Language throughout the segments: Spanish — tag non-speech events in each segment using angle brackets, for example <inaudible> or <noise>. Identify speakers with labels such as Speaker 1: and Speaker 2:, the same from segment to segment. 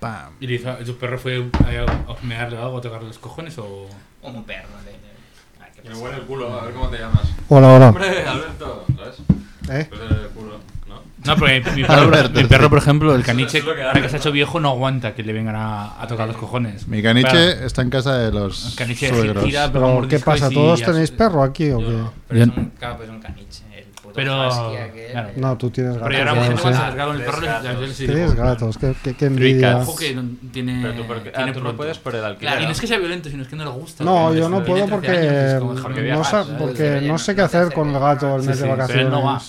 Speaker 1: Pam.
Speaker 2: ¿Y le hizo- su perro fue a a mearle algo, a tocarle los cojones o...?
Speaker 3: Como un perro. De, de- Ay, qué
Speaker 4: Que me
Speaker 3: pesado.
Speaker 4: huele el culo, a ver cómo te llamas.
Speaker 5: Hola, hola.
Speaker 4: Hombre, Alberto, ¿sabes?
Speaker 5: ¿Eh?
Speaker 4: Pues el culo, ¿no?
Speaker 2: No, porque mi
Speaker 6: <laughs>
Speaker 2: perro,
Speaker 1: Alberto,
Speaker 2: mi perro, por ejemplo, el caniche,
Speaker 4: eso es lo que da.
Speaker 2: ahora que se ha hecho viejo, no aguanta que le vengan a, a tocar los cojones.
Speaker 1: Mi caniche
Speaker 2: Claro.
Speaker 1: está en casa de los
Speaker 2: Caniche
Speaker 1: suegros.
Speaker 2: gira, pega
Speaker 5: Pero, ¿qué
Speaker 2: mordiscos
Speaker 5: pasa?
Speaker 2: y
Speaker 5: ¿Todos
Speaker 2: ya-
Speaker 5: tenéis perro aquí o
Speaker 3: Yo
Speaker 5: qué?
Speaker 3: no, pero es
Speaker 2: Yo-
Speaker 3: un, claro, pues es un caniche. El puto
Speaker 2: Pero-
Speaker 3: husky aquel,
Speaker 2: claro.
Speaker 3: eh,
Speaker 5: No, tú tienes gatos.
Speaker 2: Pero ahora
Speaker 5: ya
Speaker 2: mucha
Speaker 5: lo
Speaker 2: gente cuando se
Speaker 5: sé.
Speaker 2: las caga en el perro,
Speaker 3: Tres gatos.
Speaker 2: yo les digo,
Speaker 5: Tienes gatos, qué, qué, qué envidia.
Speaker 2: Ojo que no- tiene,
Speaker 4: Pero tú, porque, ah,
Speaker 2: tiene
Speaker 4: tú no
Speaker 2: problemas.
Speaker 4: puedes por el alquiler.
Speaker 2: Claro, y no es que sea violento, sino es que no le gusta.
Speaker 5: No, yo no
Speaker 2: Tiene
Speaker 5: puedo
Speaker 2: 13
Speaker 5: porque
Speaker 2: años, es como, "Joder,
Speaker 5: no,
Speaker 2: que
Speaker 5: sa-
Speaker 2: viajas", ¿sabes?
Speaker 5: porque no sé qué hacer con el gato el mes
Speaker 2: Sí,
Speaker 5: de
Speaker 2: sí, pero él
Speaker 5: vacaciones.
Speaker 2: no va.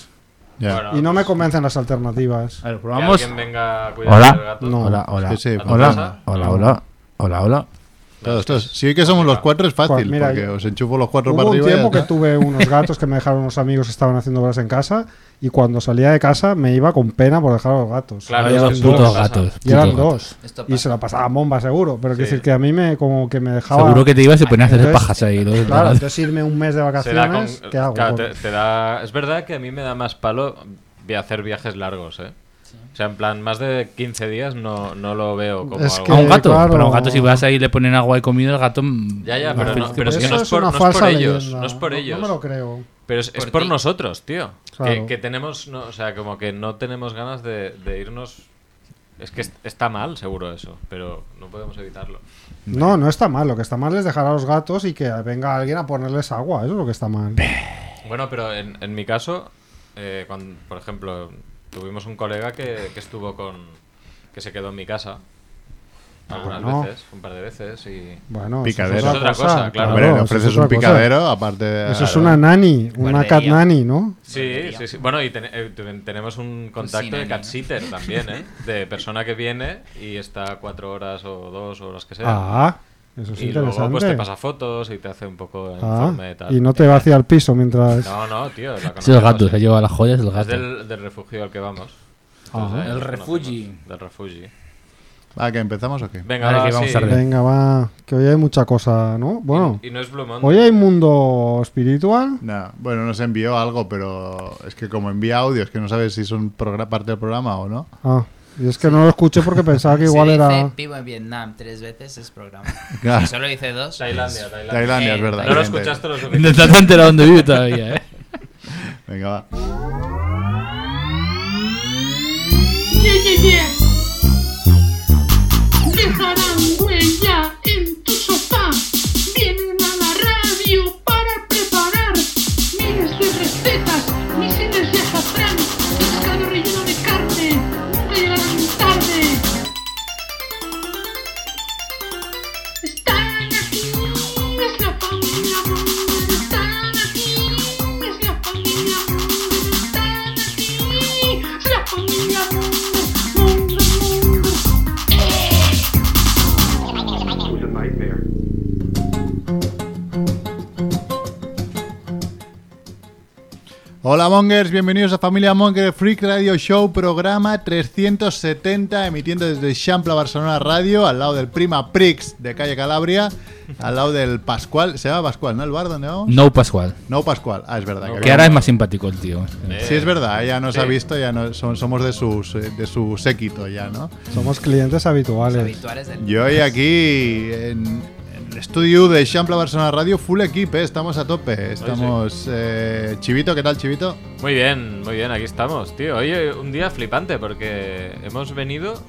Speaker 1: Ya.
Speaker 4: Bueno,
Speaker 5: Y no me
Speaker 4: pues,
Speaker 5: convencen las alternativas.
Speaker 2: A ver,
Speaker 4: que
Speaker 2: probamos.
Speaker 4: alguien venga a cuidar
Speaker 6: Hola.
Speaker 4: al gato.
Speaker 5: No.
Speaker 6: Hola,
Speaker 1: Sí,
Speaker 6: hola.
Speaker 1: sí,
Speaker 6: hola,
Speaker 4: pasa?
Speaker 6: hola, hola, hola, hola.
Speaker 1: Todos, todos. Si hoy que somos los cuatro es fácil,
Speaker 5: Pues mira,
Speaker 1: porque
Speaker 5: yo-
Speaker 1: os enchufo los cuatro para
Speaker 5: Hubo un
Speaker 1: arriba. y
Speaker 5: tiempo
Speaker 1: ya
Speaker 5: que
Speaker 1: está.
Speaker 5: tuve unos gatos que me dejaron unos amigos que estaban haciendo horas en casa y cuando salía de casa me iba con pena por dejar a los gatos.
Speaker 4: Claro,
Speaker 5: y
Speaker 4: yo
Speaker 5: eran
Speaker 4: tampoco.
Speaker 5: dos.
Speaker 6: Putos
Speaker 4: pasa.
Speaker 6: gatos.
Speaker 5: Y eran
Speaker 6: putos gatos.
Speaker 5: dos.
Speaker 3: Esto
Speaker 5: Y
Speaker 3: pasa.
Speaker 5: se la pasaba bomba seguro, pero
Speaker 4: Sí.
Speaker 5: quiero decir que a mí me como que me dejaba...
Speaker 6: Seguro que te ibas y ponías a hacer
Speaker 5: Entonces-
Speaker 6: pajas ahí. los- los
Speaker 5: Claro,
Speaker 6: gatos.
Speaker 5: entonces irme un mes de
Speaker 4: Se da con-
Speaker 5: vacaciones, ¿qué hago?
Speaker 4: claro,
Speaker 5: Con-
Speaker 4: te- te da- es verdad que a mí me da más palo vi- hacer viajes largos, ¿eh? O sea, en plan, más de 15 días no, no lo veo como
Speaker 5: Es
Speaker 4: algo.
Speaker 5: que-
Speaker 2: A un gato.
Speaker 5: claro.
Speaker 2: Pero a un gato, si vas ahí y le ponen agua y comida, el gato. mm,
Speaker 4: Ya, ya,
Speaker 2: va
Speaker 4: pero
Speaker 2: feliz
Speaker 4: no-
Speaker 2: que
Speaker 4: pero es que
Speaker 5: Eso
Speaker 2: puede.
Speaker 4: no
Speaker 5: es
Speaker 4: por-
Speaker 5: una
Speaker 4: no es por
Speaker 5: falsa
Speaker 4: ellos,
Speaker 5: leyenda.
Speaker 4: no es por ellos.
Speaker 5: No me lo creo.
Speaker 4: Pero es, es
Speaker 3: Por
Speaker 4: por
Speaker 3: ti.
Speaker 4: nosotros, tío.
Speaker 5: Claro.
Speaker 4: Que, que tenemos, no, o sea, como que no tenemos ganas de, de irnos. Es que es- está mal, seguro eso, pero no podemos evitarlo.
Speaker 5: No, no está mal. Lo que está mal es dejar a los gatos y que venga alguien a ponerles agua. Eso es lo que está mal.
Speaker 4: Bueno, pero en, en mi caso, eh, cuando- por ejemplo, tuvimos un colega que, que estuvo con. que se quedó en mi casa. Algunas
Speaker 5: Ah, no.
Speaker 4: veces, un par de veces y.
Speaker 5: Bueno,
Speaker 1: Picadero.
Speaker 5: eso es otra cosa.
Speaker 4: claro.
Speaker 1: Hombre, le
Speaker 5: eso es
Speaker 1: ofreces
Speaker 5: otra
Speaker 1: un
Speaker 5: cosa.
Speaker 1: picadero, aparte de.
Speaker 5: Eso es
Speaker 1: Claro.
Speaker 5: una nani, una cat
Speaker 3: Guardería.
Speaker 5: nani, ¿no?
Speaker 4: Sí, sí, sí. Bueno, y ten- eh, ten- tenemos un contacto de
Speaker 3: sinani,
Speaker 4: cat
Speaker 3: ¿no?
Speaker 4: sitter también, ¿eh? De persona que viene y está cuatro horas o dos o las que sea.
Speaker 5: Ah, eso es
Speaker 4: y
Speaker 5: interesante.
Speaker 4: luego pues te pasa fotos y te hace un poco el
Speaker 5: Ah,
Speaker 4: informe y tal.
Speaker 5: y no te vacía el piso mientras.
Speaker 4: No, no, tío. La
Speaker 6: Es el
Speaker 4: conocemos,
Speaker 6: gato,
Speaker 4: ¿eh?
Speaker 6: se lleva las joyas el
Speaker 4: Es
Speaker 6: gato.
Speaker 4: del, del refugio al que vamos. Entonces,
Speaker 5: Ah.
Speaker 4: ahí
Speaker 2: El
Speaker 4: nos conocemos.
Speaker 2: refugi.
Speaker 4: Del refugio.
Speaker 1: Ah, que empezamos o qué?
Speaker 4: Venga,
Speaker 2: Vale,
Speaker 4: va,
Speaker 2: que vamos
Speaker 4: sí.
Speaker 2: tarde.
Speaker 5: Venga, va. Que hoy hay mucha cosa, ¿no? Bueno,
Speaker 4: Y no es Blue Monday.
Speaker 5: hoy hay mundo espiritual.
Speaker 1: No, bueno, nos envió algo, pero es que como envía audios, que no sabes si son progra- parte del programa o no.
Speaker 5: Ah, y es que no lo escuché porque pensaba
Speaker 3: <laughs>
Speaker 5: que igual
Speaker 3: Se
Speaker 5: era. Ah.
Speaker 3: dice vivo en Vietnam tres veces es programa.
Speaker 1: Claro.
Speaker 3: Si solo dice dos.
Speaker 4: Tailandia, Tailandia.
Speaker 1: Tailandia, es
Speaker 3: Eh,
Speaker 1: verdad.
Speaker 4: No lo
Speaker 1: evidente.
Speaker 4: escuchaste lo
Speaker 6: No
Speaker 4: suficiente.
Speaker 6: te has enterado dónde vive todavía, ¿eh?
Speaker 1: Venga, va.
Speaker 7: Yeah, yeah, yeah. Dejarán huella en tu sofá. Vienen a la radio para preparar miles de recetas, misiles de azafrán, pescado relleno de carne. Nunca llegarán tarde. Están aquí, es la familia Munger. Están aquí, es la familia Munger. Están aquí, es la familia Munger. Munger, Munger. Eh.
Speaker 1: Hola Mongers, bienvenidos a Familia Monger Freak Radio Show, programa 370, emitiendo desde Champla Barcelona Radio, al lado del Prima Prix de Calle Calabria, al lado del Pascual, se llama Pascual, ¿no? El bar donde vamos.
Speaker 6: <laughs> No Pascual.
Speaker 1: No, Pascual, ah, es verdad.
Speaker 6: Que ahora es más simpático el tío.
Speaker 1: Sí, es verdad, ya nos
Speaker 4: Sí.
Speaker 1: ha visto, ya no, son- somos de su, de su séquito ya, ¿no?
Speaker 5: Somos clientes
Speaker 3: Los
Speaker 5: habituales.
Speaker 3: habituales del.
Speaker 1: Yo hoy aquí en, en el estudio de Champla Barcelona Radio, full equip, ¿eh? estamos a tope, estamos... eh, Chivito, ¿qué tal Chivito?
Speaker 4: Muy bien, muy bien, aquí estamos, tío. Hoy eh, un día flipante porque hemos venido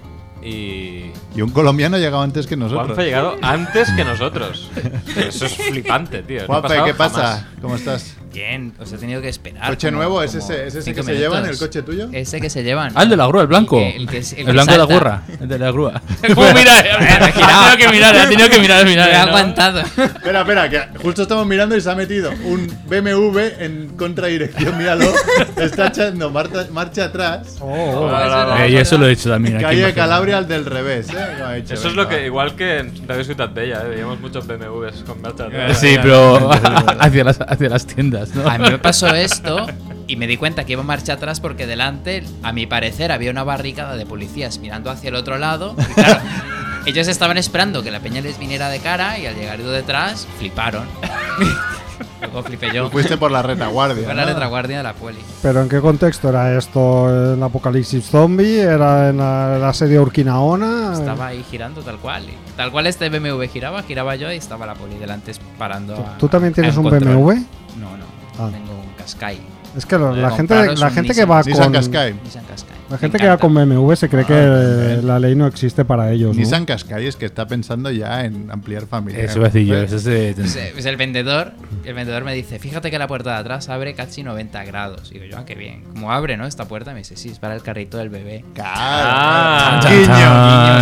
Speaker 4: y.
Speaker 1: Y un colombiano ha llegado antes que nosotros.
Speaker 4: Juanfe ha llegado antes que nosotros. Eso es flipante, tío. No ha
Speaker 1: Juanfe,
Speaker 4: pasado
Speaker 1: ¿qué pasa?
Speaker 4: jamás.
Speaker 1: ¿Cómo estás?
Speaker 3: Bien, os he tenido que esperar.
Speaker 1: ¿Coche
Speaker 3: Ah, como-
Speaker 1: nuevo? ¿Es
Speaker 3: como
Speaker 1: ese, es ese
Speaker 3: cinco
Speaker 1: que se llevan, el
Speaker 3: minutos. Eh.
Speaker 1: coche tuyo?
Speaker 3: Ese que se llevan.
Speaker 6: Ah, el de la grúa, el blanco.
Speaker 3: El, que-
Speaker 6: El,
Speaker 3: que- el que
Speaker 6: blanco de la
Speaker 3: salta.
Speaker 6: grúa. El de la grúa. ¿Cómo mira? <laughs> Ha
Speaker 3: girado.
Speaker 6: tenido que mirar, ha tenido que mirar,
Speaker 3: Me
Speaker 6: mirar.
Speaker 3: he
Speaker 6: ¿no?
Speaker 4: <laughs>
Speaker 3: aguantado.
Speaker 1: Espera, espera, que justo estamos mirando y se ha metido un BMW en contradirección, míralo. Está echando marcha, marcha atrás.
Speaker 5: Oh, oh.
Speaker 6: Eh, yo eso lo he hecho también. aquí,
Speaker 1: Calle
Speaker 6: imagínate.
Speaker 1: Calabria al del revés, ¿eh? Lo ha hecho,
Speaker 4: Eso es
Speaker 1: venga,
Speaker 4: lo que,
Speaker 1: va.
Speaker 4: igual que en Radio Ciudad Bella, ¿eh? veíamos muchos BMWs con marcha
Speaker 6: Eh,
Speaker 4: atrás.
Speaker 6: Sí, pero <laughs> hacia las, hacia las tiendas, ¿no?
Speaker 3: A mí me pasó esto y me di cuenta que iba marcha atrás porque delante, a mi parecer, había una barricada de policías mirando hacia el otro lado. Y claro, ellos estaban esperando que la peña les viniera de cara y al llegar yo detrás, fliparon. Luego flipé yo. Fue
Speaker 1: Fuiste por la retaguardia.
Speaker 3: la
Speaker 1: ¿no?
Speaker 3: retraguardia de la poli.
Speaker 5: ¿Pero en qué contexto era esto? ¿En Apocalipsis Zombie? ¿Era en la- el asedio a Urquinaona?
Speaker 3: Estaba ahí girando tal cual. y Tal cual este BMW giraba, giraba yo y estaba la poli delante parando.
Speaker 5: ¿Tú-
Speaker 3: a-
Speaker 5: ¿Tú también
Speaker 3: a
Speaker 5: tienes un
Speaker 3: encontrar.
Speaker 5: BMW?
Speaker 3: No, no.
Speaker 5: Ah.
Speaker 3: Tengo un Cascai.
Speaker 5: Es que lo- la
Speaker 3: No,
Speaker 5: gente,
Speaker 3: claro, es
Speaker 5: la
Speaker 3: un
Speaker 5: gente que
Speaker 3: Nissan.
Speaker 5: va
Speaker 1: Nissan
Speaker 5: con.
Speaker 1: Qashqai.
Speaker 3: Nissan Qashqai.
Speaker 5: La
Speaker 3: Me
Speaker 5: gente que va
Speaker 3: encanta.
Speaker 5: con BMW se cree que
Speaker 1: Ah,
Speaker 5: eh, la ley no existe para ellos. ¿no?
Speaker 1: Nissan Qashqai es que está pensando ya en ampliar familia.
Speaker 6: Eso iba a decir yo.
Speaker 1: ¿Eh?
Speaker 6: Eso es de-
Speaker 3: Pues, eh, pues el vendedor, el vendedor me dice, fíjate que la puerta de atrás abre casi 90 grados. Y digo yo, ah, qué bien. Como abre, ¿no? Esta puerta me dice, sí, es para el carrito del bebé.
Speaker 1: Claro.
Speaker 4: Ah.
Speaker 1: Guiño,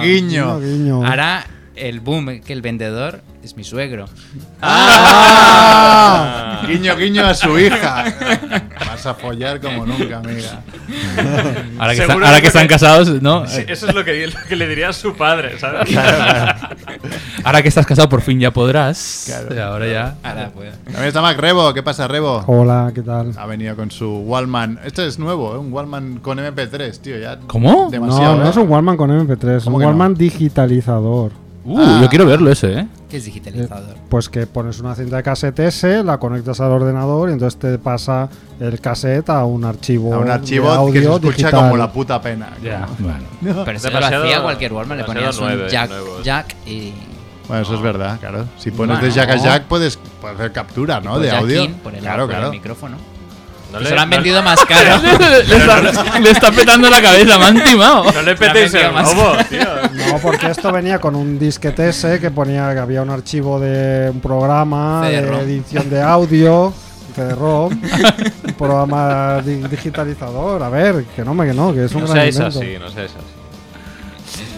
Speaker 1: guiño, guiño.
Speaker 5: Guiño, guiño.
Speaker 3: Ahora el boom que el vendedor es mi suegro.
Speaker 1: Ah. Guiño, guiño a su hija. Vas a follar como nunca, amiga.
Speaker 6: Ahora que,
Speaker 4: Seguro
Speaker 6: están- ahora que
Speaker 4: que-
Speaker 6: están casados, ¿no?
Speaker 4: Sí, eso es lo que, lo que le diría a su padre, ¿sabes?
Speaker 6: Ahora que estás casado, por fin ya podrás. Eh, Ahora ya.
Speaker 3: Ahora puedo.
Speaker 1: También está Mac Rebo. ¿Qué pasa, Rebo?
Speaker 5: Hola, ¿qué tal?
Speaker 1: Ha venido con su Wallman. Este es nuevo, ¿eh? un Wallman con MP3, tío. Ya
Speaker 6: ¿Cómo?
Speaker 1: Demasiado.
Speaker 5: No, no
Speaker 1: ¿eh?
Speaker 5: es un Wallman con MP3, es
Speaker 1: ¿Cómo
Speaker 5: un
Speaker 1: que no?
Speaker 5: Wallman digitalizador.
Speaker 6: Uh, yo quiero verlo ese, ¿eh?
Speaker 3: Que es
Speaker 5: Eh,
Speaker 3: digitalizador.
Speaker 5: Pues que pones una cinta de cassette S, la conectas al ordenador y entonces te pasa el cassette a un archivo.
Speaker 1: A un
Speaker 5: de
Speaker 1: archivo
Speaker 5: audio
Speaker 1: que se escucha
Speaker 5: digital.
Speaker 1: como la puta pena.
Speaker 6: Ya. Bueno.
Speaker 3: Pero eso lo
Speaker 4: demasiado-
Speaker 3: hacía cualquier Walmart, le ponías
Speaker 4: demasiado
Speaker 3: un
Speaker 4: nueve,
Speaker 3: jack,
Speaker 4: nuevos.
Speaker 3: jack y...
Speaker 1: Bueno, eso es verdad, claro. Si pones de
Speaker 3: Bueno.
Speaker 1: jack a jack pues, puedes, puedes hacer captura, ¿no?
Speaker 3: pues
Speaker 1: Ah, De audio.
Speaker 3: jacking Por el,
Speaker 1: Claro,
Speaker 3: por el
Speaker 1: claro.
Speaker 3: micrófono.
Speaker 4: No
Speaker 3: Pues se lo han vendido
Speaker 4: no-
Speaker 3: más caro.
Speaker 6: <laughs> le, está,
Speaker 4: <laughs>
Speaker 6: le está petando la cabeza, me han timado.
Speaker 4: No le petéis
Speaker 3: Se lo
Speaker 4: el
Speaker 3: han vendido
Speaker 4: globo,
Speaker 1: <laughs>
Speaker 4: tío.
Speaker 5: No, porque esto venía con un disquete S que ponía que había un archivo de un programa de
Speaker 3: CD-ROM.
Speaker 5: edición de audio, CD-ROM, un programa di- digitalizador. A ver, que no, me que no, que es un
Speaker 4: No
Speaker 5: gran
Speaker 4: seáis
Speaker 5: invento.
Speaker 4: así, no seáis así.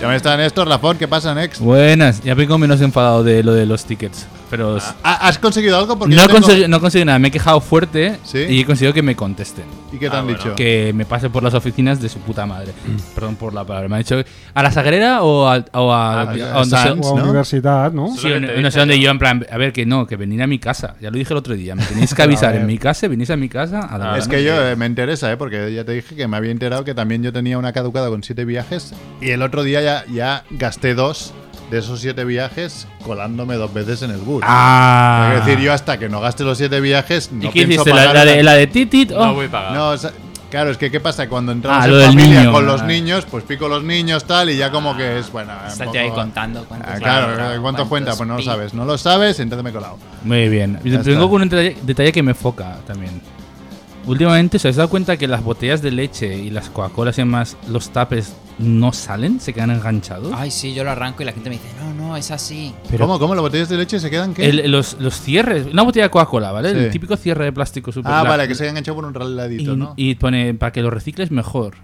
Speaker 1: También está Néstor Lafón. ¿Qué pasa, Next?
Speaker 6: Buenas, ya Pico menos enfadado de lo de los tickets. Pero s-
Speaker 1: ¿Ha- ¿Has conseguido algo? Ah. Porque
Speaker 6: no,
Speaker 1: yo
Speaker 6: he
Speaker 1: tengo-
Speaker 6: consegui- no he conseguido nada, me he quejado fuerte
Speaker 1: ¿Sí?
Speaker 6: y he conseguido que me contesten.
Speaker 1: ¿Y qué te
Speaker 4: Ah,
Speaker 1: han
Speaker 4: bueno.
Speaker 1: dicho?
Speaker 6: Que me pase por las oficinas de su puta madre. Perdón por la palabra. Me ha dicho, ¿a la sagrera o a, o a,
Speaker 1: Ah,
Speaker 6: a
Speaker 1: a
Speaker 6: donde sea-
Speaker 1: Sans.
Speaker 5: O a
Speaker 1: ¿no?
Speaker 5: universidad, ¿no?
Speaker 6: Sí, o no, no sé dónde yo, en plan, a ver, que no, que venir a mi casa. Ya lo dije el otro día, me tenéis que
Speaker 5: A
Speaker 6: avisar
Speaker 5: ver.
Speaker 6: en mi casa, venís a mi casa. A la
Speaker 4: Ah,
Speaker 6: hora,
Speaker 1: es
Speaker 6: ¿no?
Speaker 1: que yo eh, me interesa, ¿eh? porque ya te dije que me había enterado que también yo tenía una caducada con siete viajes y el otro día ya, ya gasté dos de esos siete viajes colándome dos veces en el bus.
Speaker 6: Ah.
Speaker 1: Es decir, yo hasta que no gaste los siete viajes no
Speaker 6: ¿Y qué
Speaker 1: pienso
Speaker 6: hiciste? ¿La,
Speaker 1: pagar
Speaker 6: la de,
Speaker 1: una-
Speaker 6: la de Titit? Oh.
Speaker 4: No voy pagado.
Speaker 1: No, o sea, claro, es que ¿qué pasa? Cuando entramos
Speaker 6: Ah, lo
Speaker 1: en
Speaker 6: del
Speaker 1: familia
Speaker 6: niño.
Speaker 1: con los
Speaker 6: Ah.
Speaker 1: niños, pues pico los niños, tal, y ya como que es, bueno... eh, un
Speaker 3: Está el
Speaker 1: poco-
Speaker 3: tío ahí contando cuántos
Speaker 1: Ah,
Speaker 3: le
Speaker 1: claro,
Speaker 3: han dado,
Speaker 1: ¿cuánto cuenta?
Speaker 3: cuántos
Speaker 1: Pues no lo
Speaker 3: pi.
Speaker 1: sabes. No lo sabes, entonces me he colado.
Speaker 6: Muy bien.
Speaker 1: Ya está.
Speaker 6: Tengo un detalle, detalle que me foca también. Últimamente, ¿os habéis dado cuenta que las botellas de leche y las Coca-Colas y demás, los tapes no salen? ¿Se quedan enganchados?
Speaker 3: Ay, sí, yo lo arranco y la gente me dice, no, no, es así.
Speaker 6: Pero-
Speaker 1: Ah, ¿Cómo, cómo? ¿Las botellas de leche se quedan qué?
Speaker 6: El- los, los cierres, una botella de Coca-Cola, ¿vale?
Speaker 1: Sí.
Speaker 6: El típico cierre de plástico super
Speaker 1: ah,
Speaker 6: black.
Speaker 1: vale, que se hayan hecho por un
Speaker 6: y,
Speaker 1: ladito, ¿no?
Speaker 6: y pone para que lo recicles mejor.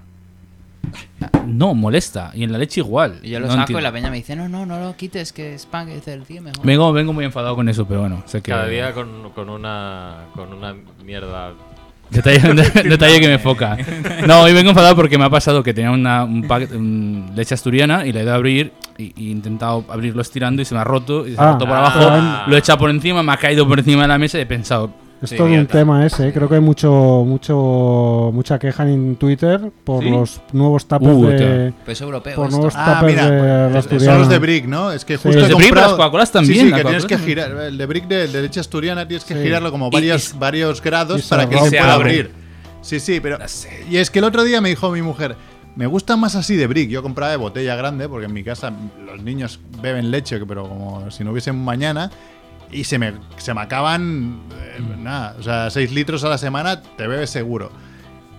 Speaker 6: No, molesta. Y en la leche igual.
Speaker 3: Y yo lo
Speaker 6: No
Speaker 3: saco
Speaker 6: entiendo.
Speaker 3: y la peña me dice, no, no, no lo quites, que es pan, que es del tío mejor.
Speaker 6: vengo, vengo muy enfadado con eso, pero bueno. Sé que...
Speaker 4: Cada día con, con una con una mierda. <laughs>
Speaker 6: Detalle, de- detalle que me foca. No, hoy vengo enfadado porque me ha pasado que tenía una, un pack un leche asturiana y la he ido a abrir y, y he intentado abrirlo estirando y se me ha roto y se
Speaker 5: Ah.
Speaker 6: ha roto por abajo.
Speaker 4: Ah.
Speaker 6: Lo he echado por encima, me ha caído por encima de la mesa y he pensado.
Speaker 5: Es
Speaker 6: "Qué
Speaker 5: todo un
Speaker 6: idiota".
Speaker 5: tema ese, ¿eh? creo que hay mucho, mucho, mucha queja en Twitter por
Speaker 6: ¿Sí?
Speaker 5: los nuevos tapes
Speaker 6: Uh,
Speaker 5: de...
Speaker 3: Pues es europeo.
Speaker 5: Por
Speaker 3: esto.
Speaker 5: nuevos
Speaker 1: Ah,
Speaker 5: tapes
Speaker 1: mira,
Speaker 5: de
Speaker 1: pues,
Speaker 5: la
Speaker 1: son
Speaker 5: asturiana.
Speaker 1: los de Brick, ¿no? Es que justo
Speaker 5: Los
Speaker 1: he
Speaker 6: de Brick,
Speaker 1: comprado-
Speaker 6: las Coca-Colas
Speaker 1: Sí,
Speaker 6: también,
Speaker 1: sí,
Speaker 6: las
Speaker 1: que tienes que
Speaker 6: Coca-Colas
Speaker 1: girar. El de Brick de, de leche asturiana tienes que
Speaker 5: Sí.
Speaker 1: girarlo como
Speaker 6: Y-
Speaker 1: varios,
Speaker 6: y-
Speaker 1: varios grados
Speaker 5: y se
Speaker 1: para que
Speaker 5: rompe.
Speaker 1: se
Speaker 6: Se
Speaker 1: pueda
Speaker 6: abre.
Speaker 1: abrir. Sí, sí, pero. Y es que el otro día me dijo mi mujer. Me gusta más así de brick. Yo compraba de botella grande porque en mi casa los niños beben leche, pero como si no hubiesen mañana. Y se me, se me acaban. eh, nada, o sea, 6 litros a la semana te bebes seguro.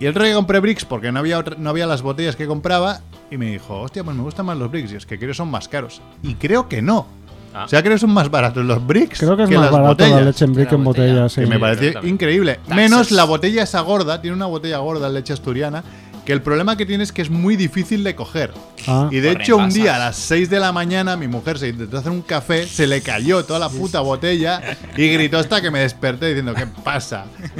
Speaker 1: Y el otro día compré bricks porque no había, otra- no había las botellas que compraba. Y me dijo, hostia, pues me gustan más los bricks. Y es que creo que son más caros. Y creo que no.
Speaker 4: Ah.
Speaker 1: O sea, creo que son más baratos los bricks
Speaker 5: Creo que es más
Speaker 1: las
Speaker 5: barato
Speaker 1: botellas.
Speaker 5: la leche en
Speaker 3: Que
Speaker 5: brick
Speaker 3: la
Speaker 5: que en
Speaker 3: botella.
Speaker 5: botella, sí.
Speaker 1: Que me parece
Speaker 4: Exactamente.
Speaker 1: increíble.
Speaker 3: Taxes.
Speaker 1: Menos la botella esa gorda, tiene una botella gorda de leche asturiana, que el problema que tiene es que es muy difícil de coger.
Speaker 5: Ah.
Speaker 1: Y de
Speaker 3: Corren
Speaker 1: hecho, un día a
Speaker 3: pasas.
Speaker 1: las 6 de la mañana, mi mujer se intentó hacer un café, se le cayó toda la puta botella y gritó hasta que me desperté diciendo, ¿qué pasa?
Speaker 3: <laughs>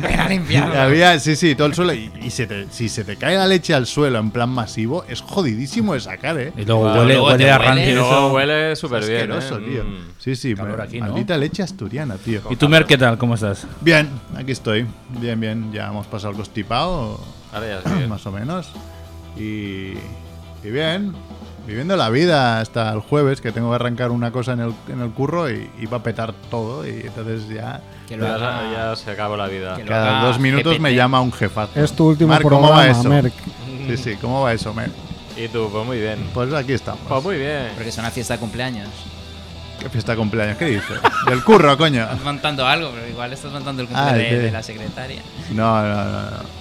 Speaker 3: Ven a limpiarlo.
Speaker 1: Y había, sí, sí, todo el suelo. Y, y se te- si se te cae la leche al suelo en plan masivo, es jodidísimo de sacar, ¿eh?
Speaker 6: Y luego
Speaker 4: Claro,
Speaker 6: huele,
Speaker 3: luego
Speaker 6: huele
Speaker 3: te
Speaker 6: a
Speaker 3: huele.
Speaker 6: rancio
Speaker 4: Y
Speaker 3: Sí,
Speaker 6: eso.
Speaker 4: luego huele súper
Speaker 1: Es
Speaker 4: bien.
Speaker 1: asqueroso,
Speaker 4: ¿eh?
Speaker 1: tío.
Speaker 4: Mm.
Speaker 1: Sí, sí, pero
Speaker 6: aquí, ¿no?
Speaker 1: maldita leche asturiana, tío.
Speaker 6: ¿Y tú, Mer, qué tal? ¿Cómo estás?
Speaker 1: Bien, aquí estoy. Bien, bien. Ya hemos pasado el constipado. <clears throat>
Speaker 4: Ahora ya sí.
Speaker 1: más o menos. Y, y bien, Viviendo la vida hasta el jueves, que tengo que arrancar una cosa en el, en el curro y, y va a petar todo. Y entonces ya.
Speaker 3: Que lo
Speaker 4: Ya,
Speaker 3: haga-
Speaker 4: ya se acabó la vida.
Speaker 3: que lo
Speaker 1: Cada
Speaker 3: haga
Speaker 1: dos minutos me
Speaker 3: GPT.
Speaker 1: llama un jefazo.
Speaker 5: Es tu último
Speaker 1: Marc, ¿cómo va
Speaker 5: programa,
Speaker 1: eso?
Speaker 5: Merck.
Speaker 1: Sí, sí, ¿cómo va eso, Mer?
Speaker 4: Y tú, pues muy bien.
Speaker 1: Pues aquí estamos.
Speaker 4: Pues muy bien.
Speaker 3: Porque es una fiesta de cumpleaños.
Speaker 1: ¿Qué fiesta de cumpleaños? ¿Qué dices? <laughs> Del curro, coño.
Speaker 3: Estás montando algo, pero igual estás montando el
Speaker 1: Ah,
Speaker 3: cumpleaños de,
Speaker 1: sí.
Speaker 3: de la secretaria.
Speaker 1: No, no, no, no.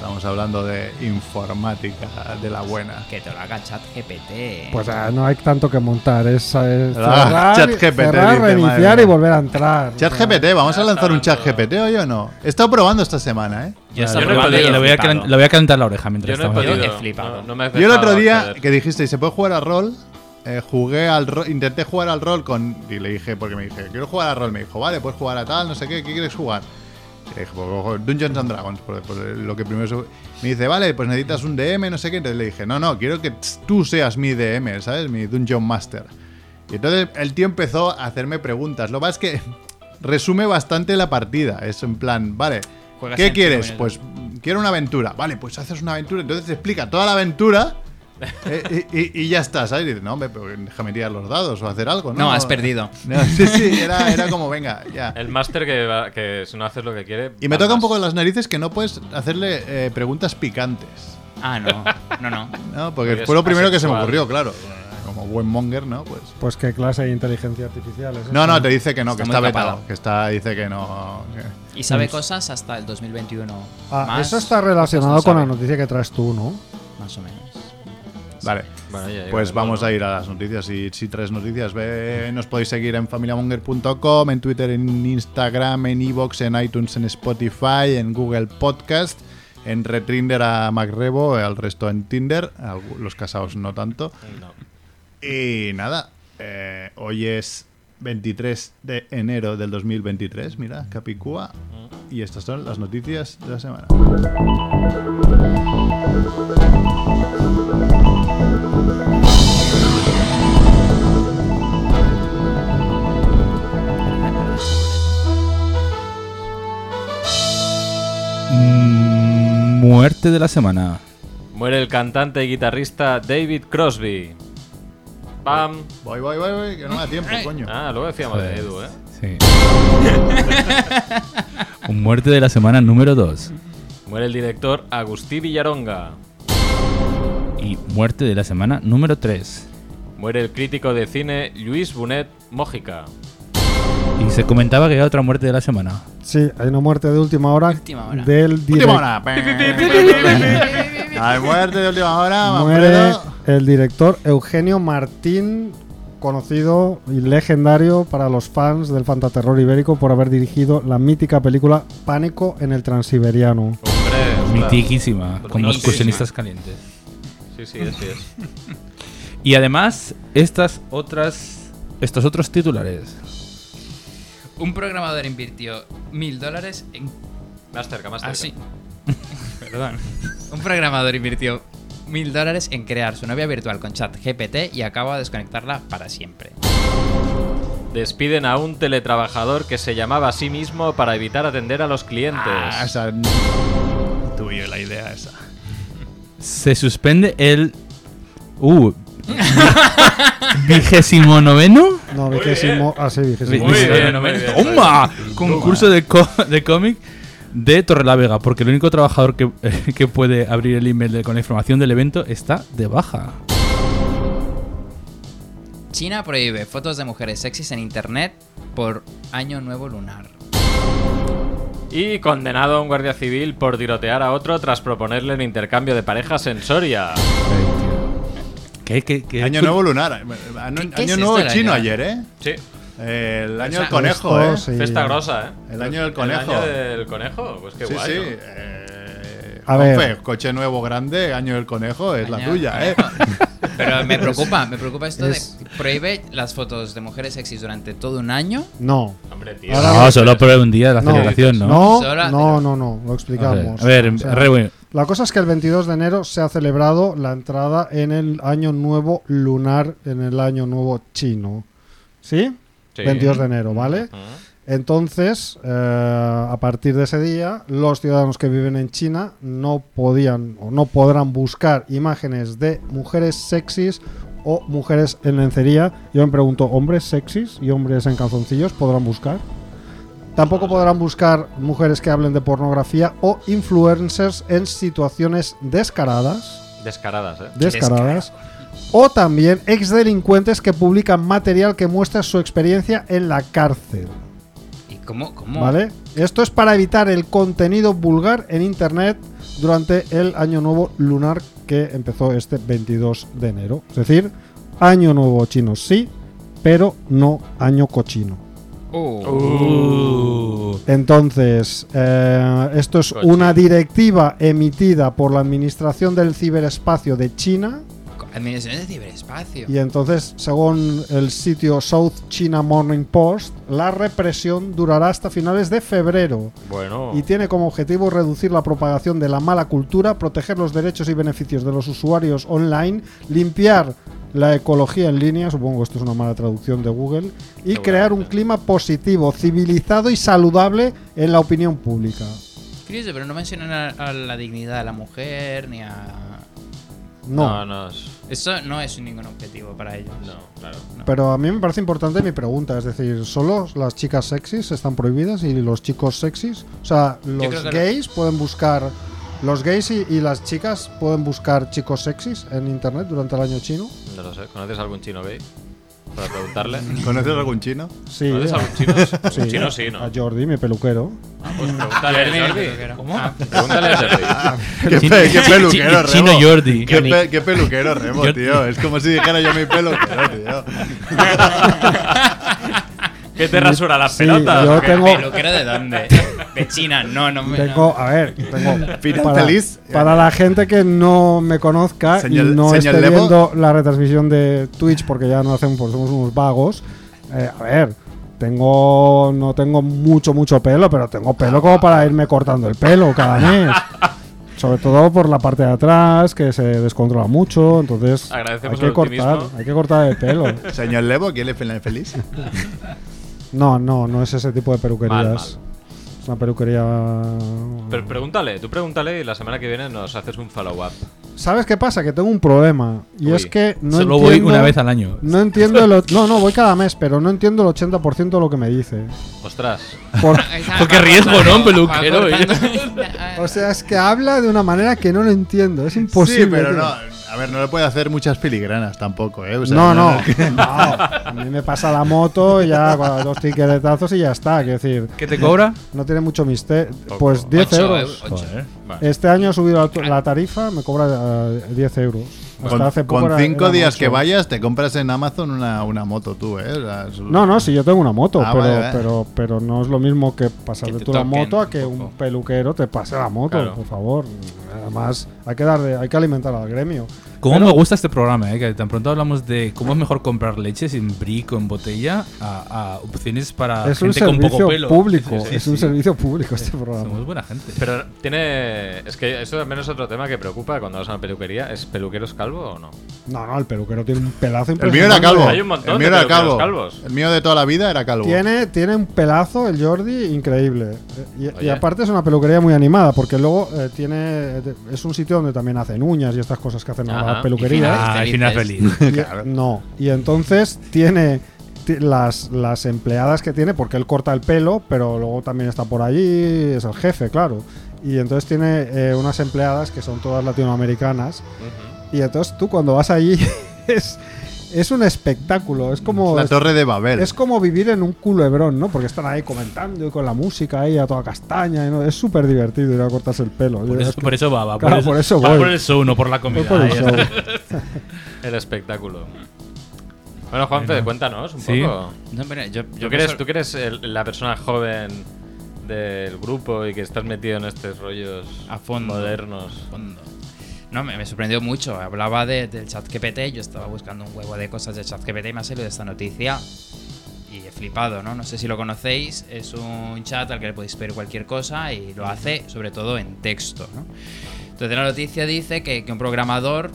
Speaker 1: Estamos hablando de informática de la buena.
Speaker 3: Que te lo haga chat GPT.
Speaker 5: Pues ah, no hay tanto que montar. Es, es
Speaker 1: Ah,
Speaker 5: cerrar,
Speaker 1: ChatGPT,
Speaker 5: cerrar,
Speaker 1: dice, madre
Speaker 5: reiniciar
Speaker 1: mía.
Speaker 5: y volver a entrar.
Speaker 1: Chat GPT, vamos a lanzar un chat GPT hoy o no. He estado probando esta semana, ¿eh?
Speaker 3: yo
Speaker 6: Yo
Speaker 3: estaba
Speaker 6: no he
Speaker 3: probando y
Speaker 6: podido,
Speaker 3: he
Speaker 6: le, voy a
Speaker 3: flipado.
Speaker 6: calen- le voy a calentar la oreja mientras
Speaker 4: Yo no he
Speaker 6: estamos
Speaker 4: podido.
Speaker 6: aquí.
Speaker 3: He flipado.
Speaker 4: No, no me he
Speaker 1: Yo el otro
Speaker 4: dejado
Speaker 1: día
Speaker 4: acceder.
Speaker 1: que dijisteis, ¿se puede jugar a rol? Eh, jugué al rol, intenté jugar al rol con. Y le dije, porque me dije, quiero jugar al rol. Me dijo, vale, puedes jugar a tal, no sé qué, ¿qué quieres jugar? Y le dije, pues ojo, Dungeons and Dragons, por- por lo que primero. se- Me dice, vale, pues necesitas un DM, no sé qué. Entonces le dije, no, no, quiero que ts- tú seas mi DM, ¿sabes? Mi Dungeon Master. Y entonces el tío empezó a hacerme preguntas. Lo que pasa es que <laughs> resume bastante la partida. Es en plan, vale,
Speaker 3: Juegas
Speaker 1: ¿qué
Speaker 3: en
Speaker 1: quieres?
Speaker 3: Tibonel.
Speaker 1: Pues mm, quiero una aventura. Vale, pues haces una aventura. Entonces te explica toda la aventura eh, y, y- y ya está, ¿sabes? Y dices, no, hombre, pero déjame tirar los dados o hacer algo, ¿no?
Speaker 3: No, has perdido.
Speaker 1: No, <laughs> sí, sí, era, era como, venga, ya.
Speaker 4: El máster que, va- que si no haces lo que quiere.
Speaker 1: Y me
Speaker 4: palmas.
Speaker 1: toca un poco las narices que no puedes hacerle eh, preguntas picantes,
Speaker 3: Ah, <laughs> no. No, no.
Speaker 1: ¿no? Porque
Speaker 4: Porque
Speaker 1: fue lo
Speaker 4: es
Speaker 1: primero que se me
Speaker 4: asexual.
Speaker 1: ocurrió, claro. Como buen monger, ¿no? Pues.
Speaker 5: Pues qué clase de inteligencia artificial es
Speaker 1: No,
Speaker 5: esa?
Speaker 1: no, te dice que no, que
Speaker 3: Está
Speaker 1: está,
Speaker 3: muy
Speaker 1: vetado.
Speaker 3: capado.
Speaker 1: Que está, dice que no. que-
Speaker 3: Y sabe cosas hasta el 2021.
Speaker 5: Pues- Ah,
Speaker 3: más,
Speaker 5: eso está
Speaker 3: no
Speaker 5: relacionado con la
Speaker 3: sabe.
Speaker 5: noticia que traes tú, ¿no?
Speaker 3: Más o menos.
Speaker 1: Vale.
Speaker 4: Bueno, ya llega
Speaker 1: Pues
Speaker 4: el
Speaker 1: vamos
Speaker 4: bono.
Speaker 1: a ir a las noticias. Y si traes noticias, ve, nos podéis seguir en familiamonger.com, en Twitter, en Instagram, en Evox, en iTunes, en Spotify, en Google Podcast, en Retrinder a Macrebo, al resto en Tinder, algu- los casados no tanto.
Speaker 4: No.
Speaker 1: Y nada, eh, hoy es 23 de enero del 2023, mira, Capicúa. Y estas son las noticias de la semana.
Speaker 6: Mm, Muerte de la semana.
Speaker 4: Muere el cantante y guitarrista David Crosby. ¡Pam!
Speaker 1: Voy, voy, voy, voy, que no me da tiempo, coño.
Speaker 4: Ah, luego decíamos
Speaker 6: Joder.
Speaker 4: de Edu, ¿eh?
Speaker 6: Sí. Muerte de la semana número 2.
Speaker 4: Muere el director Agustí Villaronga.
Speaker 6: Y muerte de la semana número 3.
Speaker 4: Muere el crítico de cine Luis Bunet Mójica.
Speaker 6: Y se comentaba que había otra muerte de la semana.
Speaker 5: Sí, hay una muerte de última hora,
Speaker 3: Última hora.
Speaker 5: del
Speaker 1: Última
Speaker 5: director.
Speaker 1: hora. Hay muerte de última <laughs> hora,
Speaker 5: Muere
Speaker 1: Manfredo.
Speaker 5: el director Eugenio Martín, conocido y legendario para los fans del fantaterror ibérico por haber dirigido la mítica película Pánico en el Transiberiano.
Speaker 4: Hombre, ostras.
Speaker 6: Mitiquísima, con
Speaker 4: No,
Speaker 6: los
Speaker 4: sí,
Speaker 6: cuestionistas calientes.
Speaker 4: Sí, sí, así es.
Speaker 6: Y además, estas otras. Estos otros titulares.
Speaker 3: Un programador invirtió mil dólares en.
Speaker 4: Más cerca, más cerca.
Speaker 3: Ah, sí.
Speaker 4: <laughs>
Speaker 3: Perdón. Un programador invirtió mil dólares en crear su novia virtual con chat GPT y acaba de desconectarla para siempre.
Speaker 4: Despiden a un teletrabajador que se llamaba a sí mismo para evitar atender a los clientes.
Speaker 1: Ah, esa. Tuve yo la idea esa.
Speaker 6: Se suspende el. Uh. <laughs> ¿Vigésimo noveno?
Speaker 5: No, vigésimo, ah, sí, vigésimo.
Speaker 4: Muy bien,
Speaker 6: Vigésimo
Speaker 4: muy
Speaker 6: noveno.
Speaker 4: bien.
Speaker 6: ¡Toma! Concurso de, co- de cómic de Torrelavega, porque el único trabajador que, <laughs> que puede abrir el email de- con la información del evento está de baja.
Speaker 3: China prohíbe fotos de mujeres sexys en internet por año nuevo lunar.
Speaker 4: Y condenado a un guardia civil por tirotear a otro tras proponerle un intercambio de parejas en Soria.
Speaker 6: ¿Qué, qué, qué?
Speaker 1: Año nuevo lunar. Año,
Speaker 3: ¿Qué- qué
Speaker 1: año
Speaker 3: es
Speaker 1: nuevo
Speaker 3: esto del
Speaker 1: chino
Speaker 3: año?
Speaker 1: ayer, ¿eh?
Speaker 4: Sí,
Speaker 1: El año
Speaker 4: sea,
Speaker 1: del conejo,
Speaker 5: esto
Speaker 1: ¿eh?
Speaker 5: sí.
Speaker 4: festa grosa, ¿eh?
Speaker 1: El año del conejo.
Speaker 4: ¿El año del conejo? Pues qué
Speaker 1: sí,
Speaker 4: guay.
Speaker 1: sí.
Speaker 4: ¿no?
Speaker 1: eh,
Speaker 5: A ver.
Speaker 1: Juanfe, coche nuevo grande, año del conejo, es la
Speaker 3: Año-
Speaker 1: tuya, ¿eh?
Speaker 3: Pero
Speaker 4: <laughs>
Speaker 3: me preocupa, me preocupa esto
Speaker 5: Es-
Speaker 3: de prohíbe las fotos de mujeres sexys durante todo un año.
Speaker 5: No,
Speaker 4: Hombre, tío.
Speaker 5: Ahora
Speaker 6: No, Ah, solo por un día de la
Speaker 5: No.
Speaker 6: celebración, ¿no?
Speaker 5: no,
Speaker 3: Solo-
Speaker 5: no, no, no, lo
Speaker 6: A ver,
Speaker 5: explicamos.
Speaker 6: a ver,
Speaker 5: O sea, <laughs>
Speaker 6: Rewe,
Speaker 5: La cosa es que el 22 de enero se ha celebrado la entrada en el año nuevo lunar, en el año nuevo chino. ¿Sí?
Speaker 4: Sí. Mm,
Speaker 5: 22 de enero, ¿vale?
Speaker 4: Ujú.
Speaker 5: Entonces, eh, a partir de ese día, los ciudadanos que viven en China no podían o no podrán buscar imágenes de mujeres sexys o mujeres en lencería. Yo me pregunto, ¿hombres sexys y hombres en calzoncillos podrán buscar? Tampoco podrán buscar mujeres que hablen de pornografía o influencers en situaciones descaradas
Speaker 4: Descaradas, ¿eh?
Speaker 5: descaradas. O también exdelincuentes que publican material que muestra su experiencia en la cárcel.
Speaker 3: ¿Y cómo? cómo?
Speaker 5: ¿Vale? Esto es para evitar el contenido vulgar en internet durante el año nuevo lunar que empezó este 22 de enero. Es decir, año nuevo chino sí, pero no año cochino.
Speaker 3: Uh.
Speaker 5: Uh.
Speaker 4: Uh.
Speaker 5: Entonces, eh, esto es
Speaker 4: Cochino.
Speaker 5: una directiva emitida por la Administración del Ciberespacio de China.
Speaker 3: Administración de ciberespacio.
Speaker 5: Y entonces, según el sitio South China Morning Post, la represión durará hasta finales de febrero
Speaker 4: Bueno.
Speaker 5: y tiene como objetivo reducir la propagación de la mala cultura, proteger los derechos y beneficios de los usuarios online, limpiar la ecología en línea, supongo esto es una mala traducción de Google, y crear un
Speaker 4: Seguramente.
Speaker 5: clima positivo, civilizado y saludable en la opinión pública.
Speaker 3: Curioso, pero no mencionan a, a la dignidad de la mujer ni a.
Speaker 5: No,
Speaker 4: No, no, es-
Speaker 3: Eso no es ningún objetivo para ellos.
Speaker 4: no, claro.
Speaker 5: Pero a mí me parece importante mi pregunta, es decir, ¿solo las chicas sexys están prohibidas y los chicos sexys? O sea,
Speaker 3: creo
Speaker 5: los
Speaker 3: que-
Speaker 5: gays pueden buscar... Los gays y, y las chicas pueden buscar chicos sexys en internet durante el año chino.
Speaker 4: No lo sé. ¿Conoces algún chino gay? Para preguntarle.
Speaker 1: ¿eh? ¿Conoces algún chino?
Speaker 5: Sí.
Speaker 4: ¿Conoces algún chino?
Speaker 5: Sí. Ah,
Speaker 4: Un chino sí, ¿no?
Speaker 5: A Jordi, mi peluquero.
Speaker 4: Ah, Pues pregúntale a Jordi.
Speaker 3: ¿Cómo?
Speaker 4: Pregúntale a Jordi.
Speaker 1: Qué, pe- qué peluquero, Remo.
Speaker 6: Chino Jordi.
Speaker 1: Qué, pe- qué peluquero, Remo,
Speaker 6: Yo-
Speaker 1: tío. Es como si dijera yo mi peluquero, tío.
Speaker 4: ¿Qué te rasura las
Speaker 5: Sí,
Speaker 4: pelotas?
Speaker 5: yo
Speaker 4: ¿O qué?
Speaker 5: tengo-
Speaker 3: ¿Peluquero de
Speaker 5: <laughs>
Speaker 3: dónde? De China, no, no me.
Speaker 5: Tengo, a ver, tengo.
Speaker 1: Final
Speaker 5: Para,
Speaker 1: feliz.
Speaker 5: para la gente que no me conozca
Speaker 1: Señal-
Speaker 5: y no
Speaker 1: señal
Speaker 5: esté
Speaker 1: Lemo.
Speaker 5: viendo la retransmisión de Twitch porque ya no hacemos, porque somos unos vagos. eh, a ver, tengo. No tengo mucho, mucho pelo, pero tengo pelo como para irme cortando el pelo
Speaker 4: <laughs>
Speaker 5: cada mes. Sobre todo por la parte de atrás, que se descontrola mucho, entonces
Speaker 4: Agradecemos
Speaker 5: hay que
Speaker 4: el
Speaker 5: cortar,
Speaker 4: optimismo.
Speaker 5: hay que cortar el pelo.
Speaker 4: <laughs>
Speaker 1: Señor Levo, ¿quién le final feliz?
Speaker 5: No, no, no es ese tipo de peluquerías.
Speaker 4: Mal, mal.
Speaker 5: Es una peluquería.
Speaker 4: Pero pregúntale, tú pregúntale y la semana que viene nos haces un follow-up.
Speaker 5: ¿Sabes qué pasa? Que tengo un problema. Y
Speaker 4: Uy.
Speaker 5: es que no
Speaker 6: Solo
Speaker 5: entiendo.
Speaker 6: voy una vez al año.
Speaker 5: No entiendo el. o- No, no, voy cada mes, pero no entiendo el 80% de lo que me dice.
Speaker 4: Ostras.
Speaker 5: Por-
Speaker 3: Ahí está,
Speaker 6: Porque
Speaker 3: va
Speaker 6: riesgo,
Speaker 3: cortando,
Speaker 6: ¿no?
Speaker 3: va
Speaker 6: Peluquero, oye.
Speaker 5: <laughs>
Speaker 3: cortando. <laughs>
Speaker 5: o sea, es que habla de una manera que no lo entiendo. Es imposible.
Speaker 1: sí, pero
Speaker 5: tío.
Speaker 1: no. A ver, no le puede hacer muchas filigranas tampoco, ¿eh? O sea, <laughs>
Speaker 5: no, no, no. A mí me pasa la moto, ya con dos tiqueretazos y ya está. Quiero decir,
Speaker 6: ¿Qué te cobra?
Speaker 5: no tiene mucho misterio. Pues 10
Speaker 3: Ocho
Speaker 5: euros.
Speaker 3: euros, ocho.
Speaker 4: Vale.
Speaker 5: Este año ha subido la, la tarifa, me cobra eh, 10 euros. Hasta hace poco
Speaker 1: con
Speaker 5: era-
Speaker 1: cinco
Speaker 5: eran
Speaker 1: días
Speaker 5: ocho.
Speaker 1: que vayas, te compras en Amazon una, una moto tú, ¿eh? O sea, es-
Speaker 5: No, no, si yo tengo una moto,
Speaker 1: Ah,
Speaker 5: pero,
Speaker 1: vale, vale.
Speaker 5: pero pero no es lo mismo que pasar
Speaker 3: Que
Speaker 5: de
Speaker 3: te
Speaker 5: tú la
Speaker 3: toquen
Speaker 5: moto a que
Speaker 3: un
Speaker 5: un
Speaker 3: poco.
Speaker 5: peluquero te pase la moto,
Speaker 4: Claro.
Speaker 5: por favor. Además, hay que darle, hay que alimentar al gremio.
Speaker 6: ¿Cómo me gusta este programa? eh? Que tan pronto hablamos de cómo es mejor comprar leches en brico, en botella, a, a opciones para
Speaker 1: Ah,
Speaker 5: es un
Speaker 6: gente con poco
Speaker 5: servicio
Speaker 6: pelo.
Speaker 5: público,
Speaker 6: Sí, sí,
Speaker 5: es un
Speaker 6: sí.
Speaker 5: servicio público este programa.
Speaker 6: Somos buena gente.
Speaker 4: Pero tiene. Es que eso también es otro tema que preocupa cuando vas a una peluquería. ¿Es peluqueros calvo o no?
Speaker 5: No, no, el peluquero tiene un pelazo
Speaker 1: El mío era
Speaker 5: impresionante.
Speaker 1: calvo.
Speaker 4: Hay un montón
Speaker 1: el mío
Speaker 4: de
Speaker 1: era calvo.
Speaker 4: peluqueros calvos.
Speaker 1: El mío de toda la vida era calvo.
Speaker 5: Tiene, tiene un pelazo el Jordi increíble. Eh, Y, y
Speaker 4: Oye.
Speaker 5: aparte es una peluquería muy animada, porque luego eh, tiene es un sitio donde también hacen uñas y estas cosas que hacen en
Speaker 4: Ajá.
Speaker 5: la
Speaker 4: Y
Speaker 5: peluquería.
Speaker 6: Ah, al final feliz.
Speaker 5: <laughs> Y- No. Y entonces tiene ti- las, las empleadas que tiene, porque él corta el pelo, pero luego también está por allí, es el jefe, claro. Y entonces tiene eh, unas empleadas que son todas latinoamericanas. Y entonces tú cuando vas allí <laughs> es, es un espectáculo, es como...
Speaker 1: la
Speaker 5: es-
Speaker 1: Torre de Babel.
Speaker 5: es como vivir en un culebrón, ¿no? Porque están ahí comentando y con la música ahí a toda castaña. y no- Es súper divertido ir a cortarse el pelo.
Speaker 6: Por
Speaker 5: Es
Speaker 6: Pues eso,
Speaker 5: que-
Speaker 6: por eso va, va.
Speaker 5: Claro, por eso
Speaker 6: va
Speaker 5: voy.
Speaker 6: por el show, no por la comida.
Speaker 5: voy por el
Speaker 6: Ahí
Speaker 5: show.
Speaker 6: está.
Speaker 4: El espectáculo. Bueno, Juanfe, cuéntanos un
Speaker 6: Sí.
Speaker 4: poco.
Speaker 3: No, pero yo, yo
Speaker 4: ¿Tú que eres, tú que eres el- la persona joven del grupo y que estás metido en estos rollos
Speaker 3: A fondo.
Speaker 4: modernos.
Speaker 3: fondo. No, me, me sorprendió mucho. Hablaba de, del chat GPT, yo estaba buscando un huevo de cosas de chat GPT y me ha salido esta noticia. Y he flipado, ¿no? No sé si lo conocéis. Es un chat al que le podéis pedir cualquier cosa y lo hace sobre todo en texto, ¿no? Entonces la noticia dice que, que un programador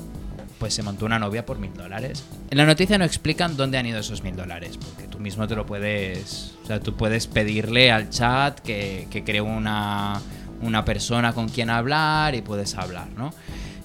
Speaker 3: pues se montó una novia por mil dólares. En la noticia no explican dónde han ido esos mil dólares, porque tú mismo te lo puedes... O sea, tú puedes pedirle al chat que, que cree una, una persona con quien hablar y puedes hablar, ¿no?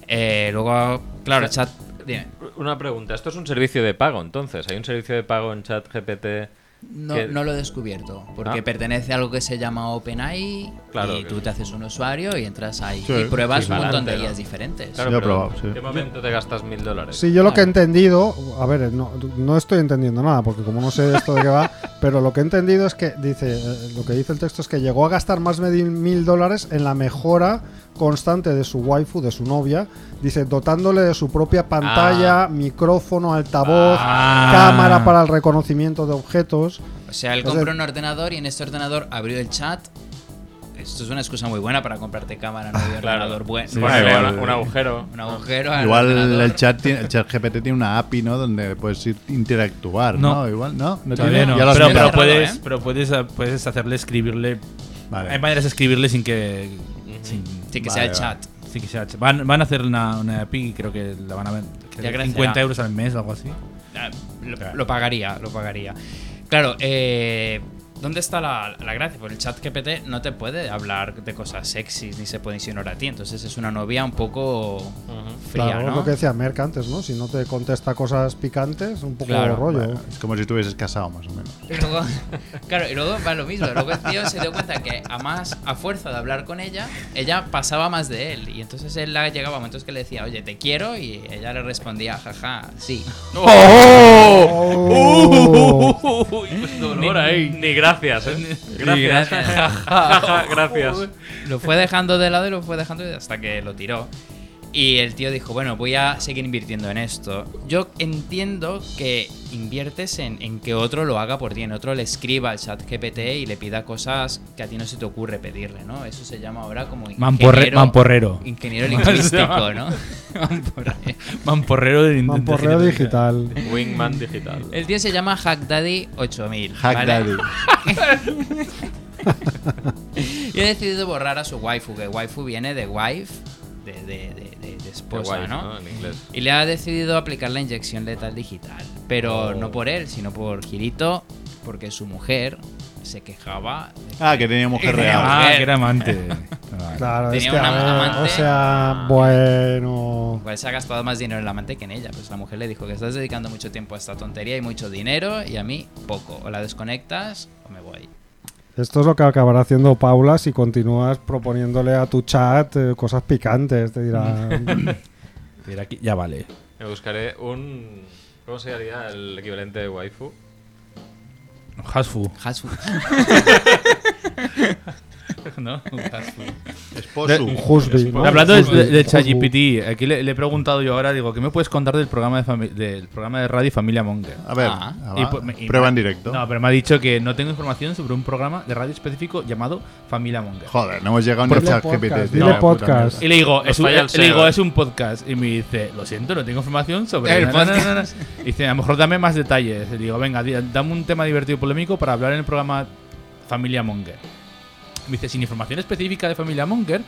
Speaker 3: Eh, luego, claro, el chat... dime.
Speaker 4: una pregunta. Esto es un servicio de pago, entonces. ¿Hay un servicio de pago en chat GPT?
Speaker 3: No,
Speaker 4: que-
Speaker 3: no lo he descubierto, porque
Speaker 4: Ah.
Speaker 3: pertenece a algo que se llama OpenAI
Speaker 4: Claro
Speaker 3: y
Speaker 4: que-
Speaker 3: tú te haces un usuario y entras ahí
Speaker 1: Sí.
Speaker 3: y pruebas
Speaker 4: Sí,
Speaker 3: un montón
Speaker 4: pa'lante,
Speaker 3: de
Speaker 4: ¿no?
Speaker 3: guías diferentes.
Speaker 1: lo he
Speaker 4: pero
Speaker 1: probado, sí.
Speaker 4: ¿En qué momento te gastas mil dólares?
Speaker 5: Sí, yo lo que he
Speaker 3: Claro.
Speaker 5: entendido, a ver, no, no estoy entendiendo nada, porque como no sé de esto de qué va, pero lo que he entendido es que dice, eh, lo que dice el texto es que llegó a gastar más de mil dólares en la mejora constante de su waifu, de su novia, dice, dotándole de su propia pantalla, micrófono, altavoz,
Speaker 6: Ah.
Speaker 5: cámara para el reconocimiento de objetos.
Speaker 3: O sea, él
Speaker 5: O sea-
Speaker 3: compró un ordenador y en este ordenador abrió el chat. Esto es una excusa muy buena para comprarte cámara, no
Speaker 1: Ah,
Speaker 3: de ordenador bueno.
Speaker 4: Ponele
Speaker 1: igual.
Speaker 4: una- un agujero.
Speaker 3: <laughs> Un agujero. al
Speaker 1: Igual
Speaker 3: ordenador.
Speaker 1: el chat, tiene- el chat GPT tiene una API, ¿no? Donde puedes ir interactuar, ¿no?
Speaker 6: No.
Speaker 1: Igual, ¿no? ¿No
Speaker 6: Todavía
Speaker 1: tiene?
Speaker 6: no.
Speaker 1: Ya lo has
Speaker 6: Pero,
Speaker 3: mira.
Speaker 1: mirado.
Speaker 6: pero
Speaker 3: Cerrado,
Speaker 6: puedes,
Speaker 3: ¿eh?
Speaker 6: pero puedes, puedes hacerle escribirle.
Speaker 1: Vale.
Speaker 6: Hay maneras de escribirle sin que. Sin,
Speaker 3: Sí, que
Speaker 1: Vale,
Speaker 3: sea el
Speaker 1: vale.
Speaker 3: chat.
Speaker 6: sin que sea. Van, van a hacer una, una API y creo que la van a ver. creo que
Speaker 3: Ya crecerá.
Speaker 6: 50 euros al mes o algo así.
Speaker 3: Ah, Lo, lo pagaría, lo pagaría. Claro, eh, ¿dónde está la, la gracia? Porque el chat GPT no te puede hablar de cosas sexys ni se puede insinuar a ti. Entonces es una novia un poco fría,
Speaker 5: Claro,
Speaker 3: ¿no?
Speaker 5: lo que decía Merck antes, ¿no? Si no te contesta cosas picantes, un poco
Speaker 3: Claro,
Speaker 5: rollo.
Speaker 1: Bueno, es como si estuvieses casado, más o menos.
Speaker 3: Y luego, <laughs> claro, y luego va lo mismo. Luego el tío se dio cuenta que a más, a fuerza de hablar con ella, ella pasaba más de él. Y entonces él la- llegaba a momentos que le decía, oye, te quiero, y ella le respondía, jaja, sí.
Speaker 5: Oh.
Speaker 3: <laughs>
Speaker 4: Dolor ahí. Ni gracias, ¿eh? Gracias. <laughs>
Speaker 3: gracias.
Speaker 4: Jaja, gracias.
Speaker 3: Lo fue dejando de lado y lo fue dejando hasta que lo tiró. Y el tío dijo, bueno, voy a seguir invirtiendo en esto. Yo entiendo que inviertes en, en que otro lo haga por ti, en otro le escriba al chat GPT y le pida cosas que a ti no se te ocurre pedirle, ¿no? Eso se llama ahora como
Speaker 6: Mamporre-
Speaker 3: ingeniero- <laughs>
Speaker 6: mamporrero.
Speaker 3: Ingeniero lingüístico, ¿no? Mamporre-
Speaker 6: Mamporrero de
Speaker 5: Mamporreo
Speaker 6: de-
Speaker 5: digital.
Speaker 4: Wingman digital.
Speaker 3: El tío se llama HackDaddy8000.
Speaker 1: Hack
Speaker 3: ¿vale?
Speaker 1: Daddy.
Speaker 3: Y he decidido borrar a su waifu, que waifu viene de wife, de, de- de- de- de
Speaker 4: Qué
Speaker 3: esposa,
Speaker 4: guay,
Speaker 3: pues ¿no?
Speaker 4: ¿no? En inglés.
Speaker 3: Y le ha decidido aplicar la inyección letal digital. Pero no por él, sino por Girito, porque su mujer se quejaba. de
Speaker 1: Ah, que tenía mujer real.
Speaker 6: Ah, que era
Speaker 3: <laughs>
Speaker 6: amante. Ah, Vale.
Speaker 5: Claro,
Speaker 3: Tenía
Speaker 5: es que,
Speaker 3: una
Speaker 5: a ver,
Speaker 3: amante.
Speaker 5: o sea, bueno.
Speaker 3: Igual se ha gastado más dinero en la amante que en ella. Pues la mujer le dijo que estás dedicando mucho tiempo a esta tontería y mucho dinero y a mí poco. O la desconectas o me voy.
Speaker 5: Esto es lo que acabará haciendo Paula si continúas proponiéndole a tu chat eh, cosas picantes. Te dirá.
Speaker 6: <laughs> Mira, aquí- ya vale.
Speaker 4: Me buscaré un. ¿Cómo sería el equivalente de waifu?
Speaker 3: <laughs>
Speaker 6: Hasfu.
Speaker 3: Hasfu.
Speaker 6: ¿No? Hasfu.
Speaker 1: Esposo.
Speaker 5: Husby. ¿no?
Speaker 6: Hablando de, de, de
Speaker 5: Husby.
Speaker 6: ChatGPT, aquí le, le he preguntado yo ahora, digo, ¿qué me puedes contar del programa de, fami- del programa de radio Familia Monger?
Speaker 1: A ver,
Speaker 3: Ah.
Speaker 1: ah,
Speaker 6: Y
Speaker 1: va.
Speaker 6: pu- me- y
Speaker 1: prueba
Speaker 6: me-
Speaker 1: en directo.
Speaker 6: No, pero me ha dicho que no tengo información sobre un programa de radio específico llamado Familia Monger.
Speaker 1: Joder, no hemos llegado ni
Speaker 5: Por
Speaker 1: al chat
Speaker 5: podcast,
Speaker 1: GPT.
Speaker 5: dile
Speaker 1: tío.
Speaker 5: podcast.
Speaker 6: Y le digo,
Speaker 4: Nos
Speaker 6: es un, eh,
Speaker 4: falla el
Speaker 6: le digo,
Speaker 4: SEO.
Speaker 6: es un podcast. Y me dice, lo siento, no tengo información sobre
Speaker 3: El
Speaker 6: na, na, na, na". Y dice, a lo mejor dame más detalles. Le digo, venga, di- dame un tema divertido y polémico para hablar en el programa Familia Monger. Me dice, sin información específica de Familia Monger,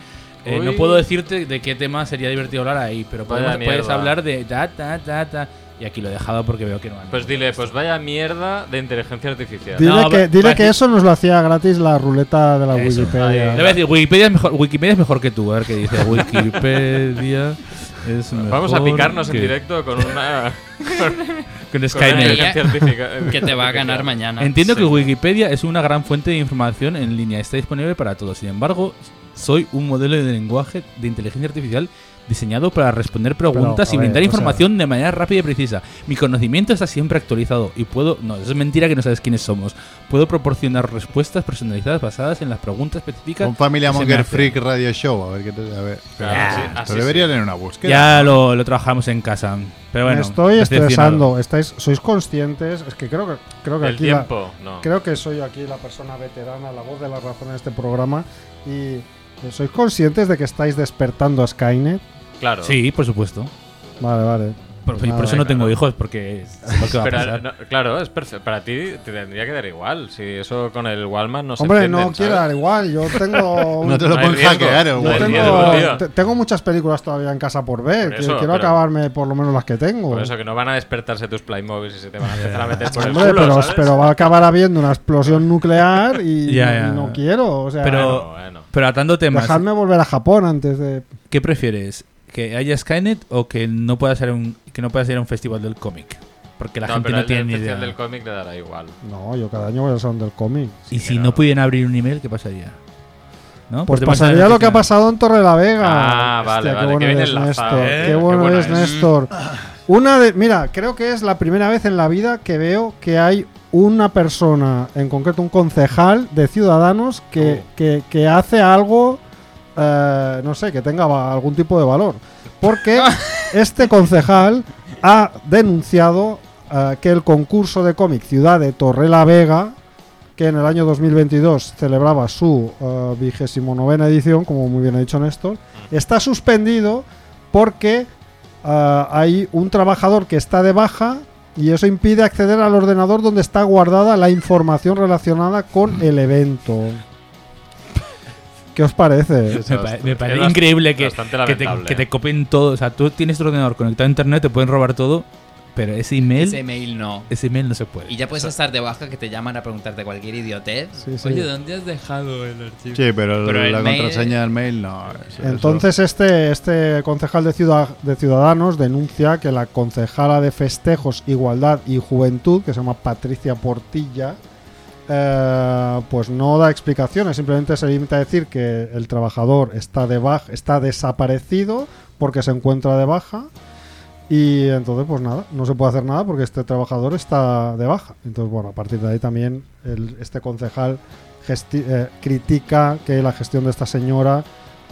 Speaker 6: eh, no
Speaker 4: Uy.
Speaker 6: puedo decirte de qué tema sería divertido hablar ahí, pero
Speaker 4: Vaya
Speaker 6: podemos, puedes
Speaker 4: mierda.
Speaker 6: hablar de ta, ta, ta, ta. Y aquí lo he dejado porque veo que no. hay
Speaker 4: Pues dile, pues vaya mierda de inteligencia artificial.
Speaker 5: Dile,
Speaker 6: No,
Speaker 5: que,
Speaker 6: va-
Speaker 5: dile
Speaker 6: va a
Speaker 5: que
Speaker 6: decir-
Speaker 5: eso nos lo hacía gratis la ruleta de la
Speaker 6: Eso.
Speaker 5: Wikipedia.
Speaker 6: Le voy a decir, Wikipedia es mejor, Wikipedia es mejor que tú. A ver qué
Speaker 4: <laughs>
Speaker 6: dice. Wikipedia es mejor
Speaker 4: Vamos a picarnos
Speaker 6: que-
Speaker 4: en directo con una.
Speaker 6: Con
Speaker 4: con una
Speaker 6: Skynet.
Speaker 4: inteligencia artificial.
Speaker 3: <laughs> Que te va
Speaker 4: <laughs>
Speaker 3: a ganar mañana.
Speaker 6: Entiendo que Wikipedia es una gran fuente de información en línea. Está disponible para todos. Sin embargo, soy un modelo de lenguaje de inteligencia artificial diseñado para responder preguntas
Speaker 5: Pero, a
Speaker 6: y brindar
Speaker 5: ver, o
Speaker 6: información de manera rápida y precisa. Mi conocimiento está siempre actualizado y puedo... No, eso es mentira que no sabes quiénes somos. Puedo proporcionar respuestas personalizadas basadas en las preguntas específicas.
Speaker 1: Un Familia
Speaker 6: que se me
Speaker 1: Monger
Speaker 6: hacen.
Speaker 1: Freak Radio Show. A ver qué te. A ver.
Speaker 4: Claro, sí,
Speaker 1: Esto
Speaker 4: así
Speaker 1: Ah, debería tener una búsqueda.
Speaker 6: Ya lo, lo trabajamos en casa. Pero bueno,
Speaker 5: Me estoy
Speaker 6: decepcionado.
Speaker 5: estresando. Estáis, ¿Sois conscientes? Es que creo que, creo que
Speaker 4: El
Speaker 5: aquí. la-
Speaker 4: tiempo, no.
Speaker 5: creo que soy yo aquí la persona veterana, la voz de la razón en este programa. Y. eh, ¿Sois conscientes de que estáis despertando a Skynet?
Speaker 4: Claro.
Speaker 6: Sí, por supuesto.
Speaker 5: Vale, vale.
Speaker 6: Por,
Speaker 5: Pues
Speaker 6: y por
Speaker 5: nada,
Speaker 6: eso no
Speaker 4: claro.
Speaker 6: tengo hijos, porque sé lo que va a
Speaker 4: Pero,
Speaker 6: pasar.
Speaker 4: no, claro, es perfe- para ti te tendría que dar igual. Si eso con el Wallman no se
Speaker 5: Hombre,
Speaker 4: entienden,
Speaker 5: no quiero dar
Speaker 4: ¿sabes?
Speaker 5: igual. Yo
Speaker 4: <laughs>
Speaker 5: tengo. un-
Speaker 1: No te lo
Speaker 4: No hay
Speaker 1: pueden
Speaker 4: riesgo.
Speaker 1: hackear,
Speaker 4: No
Speaker 1: el
Speaker 5: Yo
Speaker 4: hay
Speaker 1: Word.
Speaker 4: riesgo,
Speaker 5: tengo,
Speaker 4: tío.
Speaker 5: te- tengo muchas películas todavía en casa por ver.
Speaker 4: Por
Speaker 5: que
Speaker 4: eso,
Speaker 5: quiero
Speaker 4: pero-
Speaker 5: acabarme por lo menos las que tengo.
Speaker 4: Por eso que no van a despertarse tus Playmobiles y se te van a empezar a meter por el
Speaker 5: Hombre,
Speaker 4: culo,
Speaker 5: pero,
Speaker 4: ¿sabes?
Speaker 5: pero va a acabar habiendo una explosión
Speaker 4: <laughs>
Speaker 5: nuclear y
Speaker 6: Ya,
Speaker 5: no-
Speaker 6: ya.
Speaker 5: no, quiero. O sea,
Speaker 6: Pero-
Speaker 4: Bueno, bueno.
Speaker 6: Pero atando temas,
Speaker 5: dejadme volver a Japón antes de.
Speaker 6: ¿qué prefieres? que haya Skynet o que no pueda ser un que no pueda ser un festival del cómic, porque la gente
Speaker 4: pero
Speaker 6: no
Speaker 4: el
Speaker 6: tiene ni
Speaker 4: especial
Speaker 6: idea.
Speaker 4: del cómic le dará igual.
Speaker 5: No, yo cada año voy al salón del cómic.
Speaker 6: y si
Speaker 4: pero-
Speaker 6: no pudieran abrir un email, ¿qué pasaría? ¿No?
Speaker 5: Pues
Speaker 6: Porque te
Speaker 5: pasaría
Speaker 6: mandan
Speaker 5: lo que ha
Speaker 6: noticia.
Speaker 5: pasado en Torre la Vega.
Speaker 4: Ah, vale, vale, que viene
Speaker 5: eres,
Speaker 4: enlazado,
Speaker 5: Néstor.
Speaker 4: ¿eh?
Speaker 5: Qué
Speaker 4: Qué
Speaker 5: bueno
Speaker 4: bueno
Speaker 5: eres,
Speaker 4: es.
Speaker 5: Néstor. Una de, mira, creo que es la primera vez en la vida que veo que hay una persona, en concreto un concejal de Ciudadanos,
Speaker 4: Oh.
Speaker 5: que, que- que hace algo, eh, no sé, que tenga va- algún tipo de valor. Porque
Speaker 4: <laughs>
Speaker 5: este concejal ha denunciado eh, que el concurso de cómic Ciudad de Torrelavega, que en el año 2022 celebraba su vigésimo novena edición, como muy bien ha dicho Néstor, está suspendido porque ah, hay un trabajador que está de baja y eso impide acceder al ordenador donde está guardada la información relacionada con el evento. ¿Qué os parece?
Speaker 6: Me, pa- me parece increíble que,
Speaker 4: bastante
Speaker 6: que te,
Speaker 4: lamentable.
Speaker 6: que te copien todo. O sea, tú tienes tu ordenador conectado a internet, te pueden robar todo, pero ese email,
Speaker 3: Ese
Speaker 6: ese,
Speaker 3: mail no.
Speaker 6: email no se puede.
Speaker 3: Y ya puedes estar de baja que te llaman a preguntarte cualquier idiotez.
Speaker 5: Sí, sí.
Speaker 3: Oye, ¿dónde has dejado el archivo?
Speaker 1: Sí, pero,
Speaker 3: Pero el
Speaker 1: la
Speaker 3: mail-
Speaker 1: contraseña del mail no. eso-
Speaker 5: Entonces este, este concejal de, ciudad, de Ciudadanos denuncia que la concejala de Festejos, Igualdad y Juventud, que se llama Patricia Portilla, eh, pues no da explicaciones, simplemente se limita a decir que el trabajador está, de baj- está desaparecido porque se encuentra de baja y entonces pues nada, no se puede hacer nada porque este trabajador está de baja. Entonces bueno, a partir de ahí también el- este concejal gesti- eh, critica que la gestión de esta señora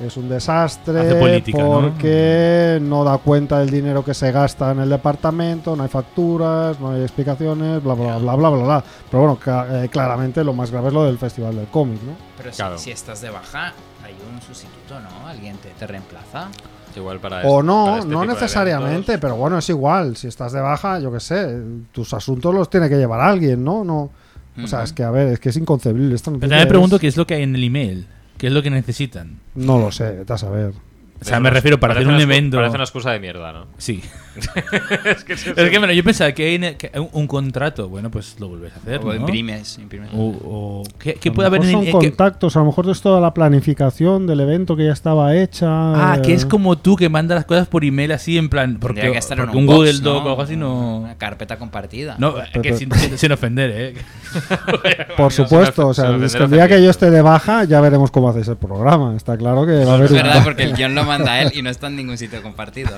Speaker 5: es un desastre
Speaker 6: Hace política, ¿no? Mm.
Speaker 5: porque ¿no? da cuenta del dinero que se gasta en el departamento, no hay facturas, no hay explicaciones, bla bla bla bla bla bla. Pero bueno, ca- eh, claramente lo más grave es lo del Festival del Cómic, ¿no?
Speaker 3: Pero si,
Speaker 4: Claro.
Speaker 3: si estás de baja, hay un sustituto, ¿no? Alguien te, te reemplaza.
Speaker 4: Igual para
Speaker 5: O
Speaker 4: este- para
Speaker 5: no,
Speaker 4: este tipo
Speaker 5: no
Speaker 4: de
Speaker 5: necesariamente,
Speaker 4: eventos.
Speaker 5: pero bueno, es igual. Si estás de baja, yo qué sé, tus asuntos los tiene que llevar alguien, ¿no? no o sea,
Speaker 3: Ujú.
Speaker 5: es que a ver, es que es inconcebible. Esta
Speaker 6: Pero
Speaker 5: noticia
Speaker 6: también me
Speaker 5: es-
Speaker 6: pregunto qué es lo que hay en el email, qué es lo que necesitan.
Speaker 5: No lo sé, vete a saber.
Speaker 6: O sea, me refiero para hacer
Speaker 4: Parece
Speaker 6: un
Speaker 4: una excu-
Speaker 6: evento.
Speaker 4: Parece una excusa de mierda, ¿no?
Speaker 3: <laughs>
Speaker 6: Sí. es que, bueno, yo pensaba que, hay en- que hay un, un contrato, bueno, pues lo volvés a hacer.
Speaker 3: O
Speaker 6: ¿no? Uh,
Speaker 3: imprimes, imprimes.
Speaker 6: O, o- ¿Qué, qué
Speaker 5: A lo
Speaker 6: puede haber en
Speaker 5: mejor son
Speaker 6: el- eh, que-
Speaker 5: contactos, a lo mejor es toda la planificación del evento que ya estaba hecha.
Speaker 6: Ah, que es
Speaker 5: eh,
Speaker 6: como tú que mandas las cosas por email así en plan. Porque,
Speaker 3: Tendría que estar en
Speaker 6: porque un,
Speaker 3: box,
Speaker 6: Google Doc
Speaker 3: ¿no? Ah.
Speaker 6: o algo así no.
Speaker 3: Una carpeta compartida.
Speaker 6: No, eh, que sin, sin- sin ofender, ¿eh?
Speaker 4: <laughs>
Speaker 5: Por supuesto, o
Speaker 4: se
Speaker 5: sea,
Speaker 4: me
Speaker 5: es que
Speaker 4: ofenderá
Speaker 5: el día que
Speaker 4: también.
Speaker 5: yo esté de baja, ya veremos cómo hacéis el programa. Está claro que va a haber
Speaker 3: es
Speaker 5: un-
Speaker 3: verdad, porque el guión lo manda él y no está en ningún sitio compartido.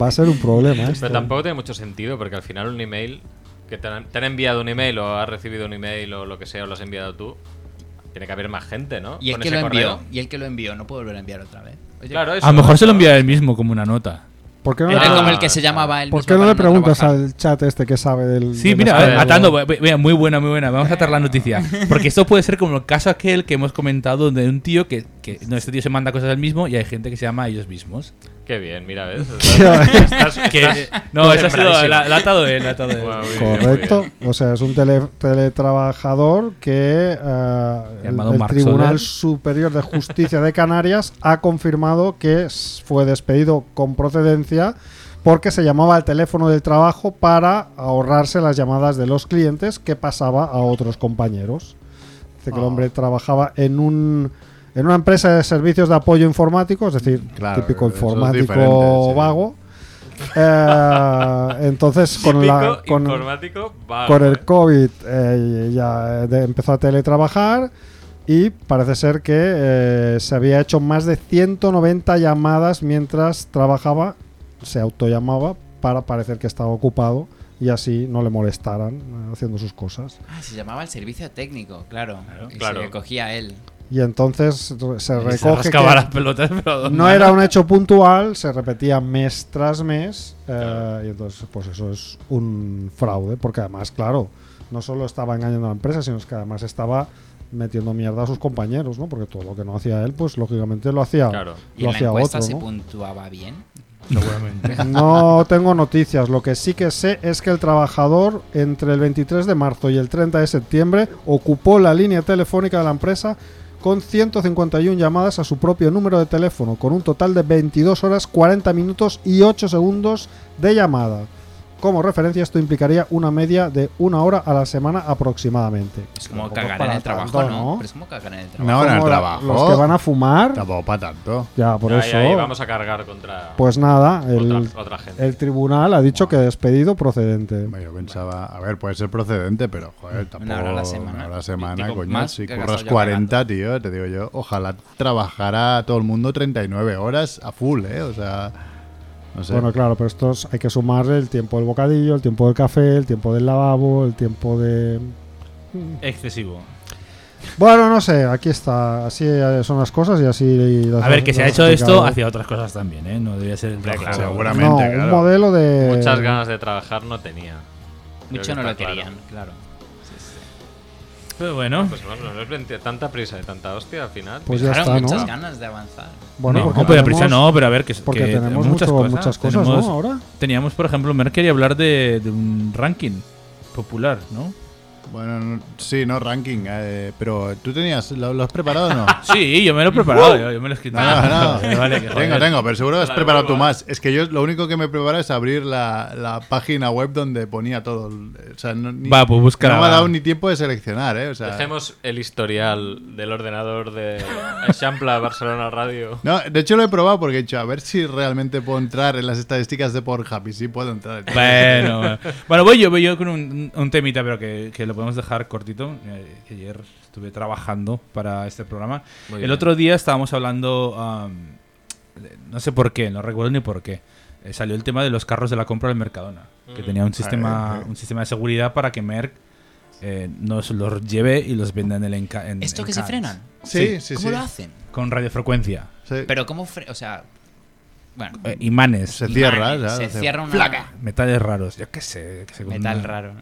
Speaker 5: va a ser un problema. esto.
Speaker 4: Pero tampoco tiene mucho sentido porque al final un email que te han, te han enviado un email o has recibido un email o lo que sea o lo has enviado tú, tiene que haber más gente, ¿no?
Speaker 3: Y el
Speaker 4: Con
Speaker 3: que
Speaker 4: ese
Speaker 3: lo
Speaker 4: correo.
Speaker 3: envió, y el que lo envió, no puede volver a enviar otra vez. Oye,
Speaker 4: Claro, eso,
Speaker 6: A lo mejor se lo
Speaker 4: ¿no?
Speaker 6: envía él mismo como una nota.
Speaker 5: ¿Por qué no,
Speaker 3: Era
Speaker 4: Ah,
Speaker 3: como el que
Speaker 4: claro.
Speaker 3: se llamaba él.
Speaker 5: ¿por
Speaker 3: mismo
Speaker 5: qué no
Speaker 3: para
Speaker 5: le preguntas
Speaker 3: trabajar.
Speaker 5: al chat este que sabe del.
Speaker 6: Sí,
Speaker 5: del
Speaker 6: mira, a ver,
Speaker 5: escándalo? <laughs>
Speaker 6: atando, ve- ve- muy buena, muy buena. Vamos a atar la noticia. Porque esto puede ser como el caso aquel que hemos comentado de un tío que, que no, este tío se manda cosas al mismo y hay gente que se llama a ellos mismos.
Speaker 4: Qué bien, mira, ¿ves?
Speaker 6: <laughs> Que- no, eso ha sido, la, la ha atado él, la ha atado él.
Speaker 4: Bueno, muy bien, muy
Speaker 5: Correcto.
Speaker 4: bien.
Speaker 5: O sea, es un tele- teletrabajador que eh, el,
Speaker 6: Llamado
Speaker 5: el
Speaker 6: Mark Soler.
Speaker 5: Tribunal Superior de Justicia de Canarias ha confirmado que s- fue despedido con procedencia porque se llamaba al teléfono del trabajo para ahorrarse las llamadas de los clientes que pasaba a otros compañeros. Dice que el hombre trabajaba en un en una empresa de servicios de apoyo informático, es decir,
Speaker 1: Claro, eso
Speaker 5: típico
Speaker 1: es diferente,
Speaker 5: informático
Speaker 1: sí.
Speaker 5: vago. Eh, entonces, <laughs> con, la,
Speaker 4: Típico
Speaker 5: con,
Speaker 4: informático, vago,
Speaker 5: con
Speaker 4: ¿eh?
Speaker 5: el COVID eh, ya eh, de- empezó a teletrabajar y parece ser que eh, se había hecho más de 190 llamadas mientras trabajaba, se autollamaba para parecer que estaba ocupado y así no le molestaran eh, haciendo sus cosas.
Speaker 3: Ah, se llamaba el servicio técnico, claro. Y
Speaker 4: Claro.
Speaker 3: se le cogía él.
Speaker 5: Y entonces re- se
Speaker 6: Se
Speaker 5: recoge
Speaker 6: rascaba
Speaker 5: que
Speaker 6: las pelotas, pero
Speaker 5: no era un hecho puntual, se repetía mes tras mes eh, y entonces pues eso es un fraude porque además, claro, no solo estaba engañando a la empresa, sino es que además estaba metiendo mierda a sus compañeros, ¿no? Porque todo lo que no hacía él, pues lógicamente lo hacía,
Speaker 4: Claro.
Speaker 3: Y
Speaker 5: lo
Speaker 3: en la
Speaker 5: hacía
Speaker 3: encuesta
Speaker 5: otro,
Speaker 3: se
Speaker 5: ¿no?
Speaker 3: puntuaba bien.
Speaker 6: Seguramente.
Speaker 5: No tengo noticias. Lo que sí que sé es que el trabajador entre el 23 de marzo y el 30 de septiembre ocupó la línea telefónica de la empresa con 151 llamadas a su propio número de teléfono, con un total de 22 horas, 40 minutos y 8 segundos de llamada. Como referencia, esto implicaría una media de una hora a la semana aproximadamente.
Speaker 3: Es como
Speaker 5: Tampoco
Speaker 3: cagar en
Speaker 5: para
Speaker 3: el trabajo,
Speaker 5: tanto,
Speaker 3: ¿no? Pero es como cagar en el trabajo.
Speaker 1: Una hora en el
Speaker 5: Como la-
Speaker 1: trabajo.
Speaker 5: Los que van a fumar,
Speaker 1: Tampoco para tanto.
Speaker 5: ya por
Speaker 4: Ahí,
Speaker 5: eso.
Speaker 4: ahí vamos a cargar contra
Speaker 5: Pues nada, el,
Speaker 4: otra, otra gente.
Speaker 5: el tribunal ha dicho que despedido procedente.
Speaker 1: Bueno, Yo pensaba, a ver, puede ser procedente, pero joder, tampoco.
Speaker 3: hora a la semana.
Speaker 1: una hora a la semana,
Speaker 3: Tipo,
Speaker 1: coño.
Speaker 3: más
Speaker 1: Si
Speaker 3: que he gastado
Speaker 1: curras
Speaker 3: yo
Speaker 1: 40, tío, te digo yo, ojalá trabajara todo el mundo 39 horas a full, ¿eh? O sea, no sé.
Speaker 5: Bueno, claro, pero estos hay que sumar el tiempo del bocadillo, el tiempo del café, el tiempo del lavabo, el tiempo de.
Speaker 6: Excesivo.
Speaker 5: Bueno, no sé, aquí está. Así eh, son las cosas y así. las-
Speaker 6: A ver, que se ha
Speaker 5: las
Speaker 6: hecho
Speaker 5: he
Speaker 6: esto
Speaker 5: explicado.
Speaker 6: hacia otras cosas también, ¿eh? No debía ser el
Speaker 4: Hombre,
Speaker 6: trabajo.
Speaker 4: claro.
Speaker 1: Seguramente.
Speaker 5: No, un
Speaker 1: claro.
Speaker 5: modelo de.
Speaker 4: Muchas ganas de trabajar no tenía. Creo que
Speaker 3: Mucho no
Speaker 4: está
Speaker 3: lo
Speaker 4: claro.
Speaker 3: querían, claro.
Speaker 6: Pero bueno,
Speaker 4: Pues bueno, no es venti- tanta prisa y tanta hostia al final.
Speaker 5: Pues ya
Speaker 3: Claro,
Speaker 5: está,
Speaker 3: muchas
Speaker 5: ¿no?
Speaker 3: ganas de avanzar.
Speaker 5: Bueno,
Speaker 6: no,
Speaker 5: porque
Speaker 6: no, pero prisa
Speaker 5: tenemos-
Speaker 6: no, pero a ver, que,
Speaker 5: Porque
Speaker 6: que
Speaker 5: tenemos
Speaker 6: muchas
Speaker 5: mucho-
Speaker 6: cosas.
Speaker 5: muchas cosas,
Speaker 6: Tenemos-
Speaker 5: ¿no? Ahora.
Speaker 6: Teníamos, por ejemplo, Mer quería hablar de, de un ranking popular, ¿no?
Speaker 1: Bueno, no- sí, no ranking, eh, pero tú tenías, ¿lo, lo has preparado o no?
Speaker 6: Sí, yo me lo he preparado, yo, yo me lo he escrito.
Speaker 1: No,
Speaker 6: Vale,
Speaker 1: no,
Speaker 6: <laughs> vale, que
Speaker 1: tengo,
Speaker 6: joder.
Speaker 1: tengo, pero seguro que has
Speaker 4: La
Speaker 1: preparado tú
Speaker 4: nueva.
Speaker 1: más. Es que yo lo único que me preparo es abrir la, la página web donde ponía todo. el- O sea, no, ni-
Speaker 6: Va, pues búscala,
Speaker 1: No me ha
Speaker 6: va.
Speaker 1: dado ni tiempo de seleccionar, ¿eh? O sea,
Speaker 4: Dejemos el historial del ordenador de Champla Barcelona Radio.
Speaker 1: No, de hecho lo he probado porque he dicho, a ver si realmente puedo entrar en las estadísticas de Pornhub y sí puedo entrar.
Speaker 6: Bueno, bueno. Bueno, voy yo, voy yo con un, un temita, pero que, que lo podemos dejar cortito. Eh, que ayer estuve trabajando para este programa.
Speaker 4: Muy
Speaker 6: el
Speaker 4: bien.
Speaker 6: otro día estábamos hablando, am, de- no sé por qué, no recuerdo ni por qué. Eh, salió el tema de los carros de la compra del Mercadona, que tenía
Speaker 4: Mm.
Speaker 6: un sistema,
Speaker 4: Ah, eh,
Speaker 6: un sistema de seguridad para que Merck eh, nos los lleve y los venda en el enca en-
Speaker 3: ¿Esto
Speaker 6: en
Speaker 3: que se
Speaker 6: cans.
Speaker 3: frenan?
Speaker 1: Sí, sí, sí.
Speaker 3: ¿Cómo lo hacen?
Speaker 6: Con radiofrecuencia.
Speaker 1: Sí.
Speaker 3: Pero ¿cómo fre- O sea... Bueno,
Speaker 6: Eh, imanes.
Speaker 1: se cierra,
Speaker 3: imanes,
Speaker 1: ya,
Speaker 3: Se cierra una...
Speaker 6: Metales raros, yo qué sé. qué sé, con
Speaker 3: Metal
Speaker 6: una-
Speaker 3: raro.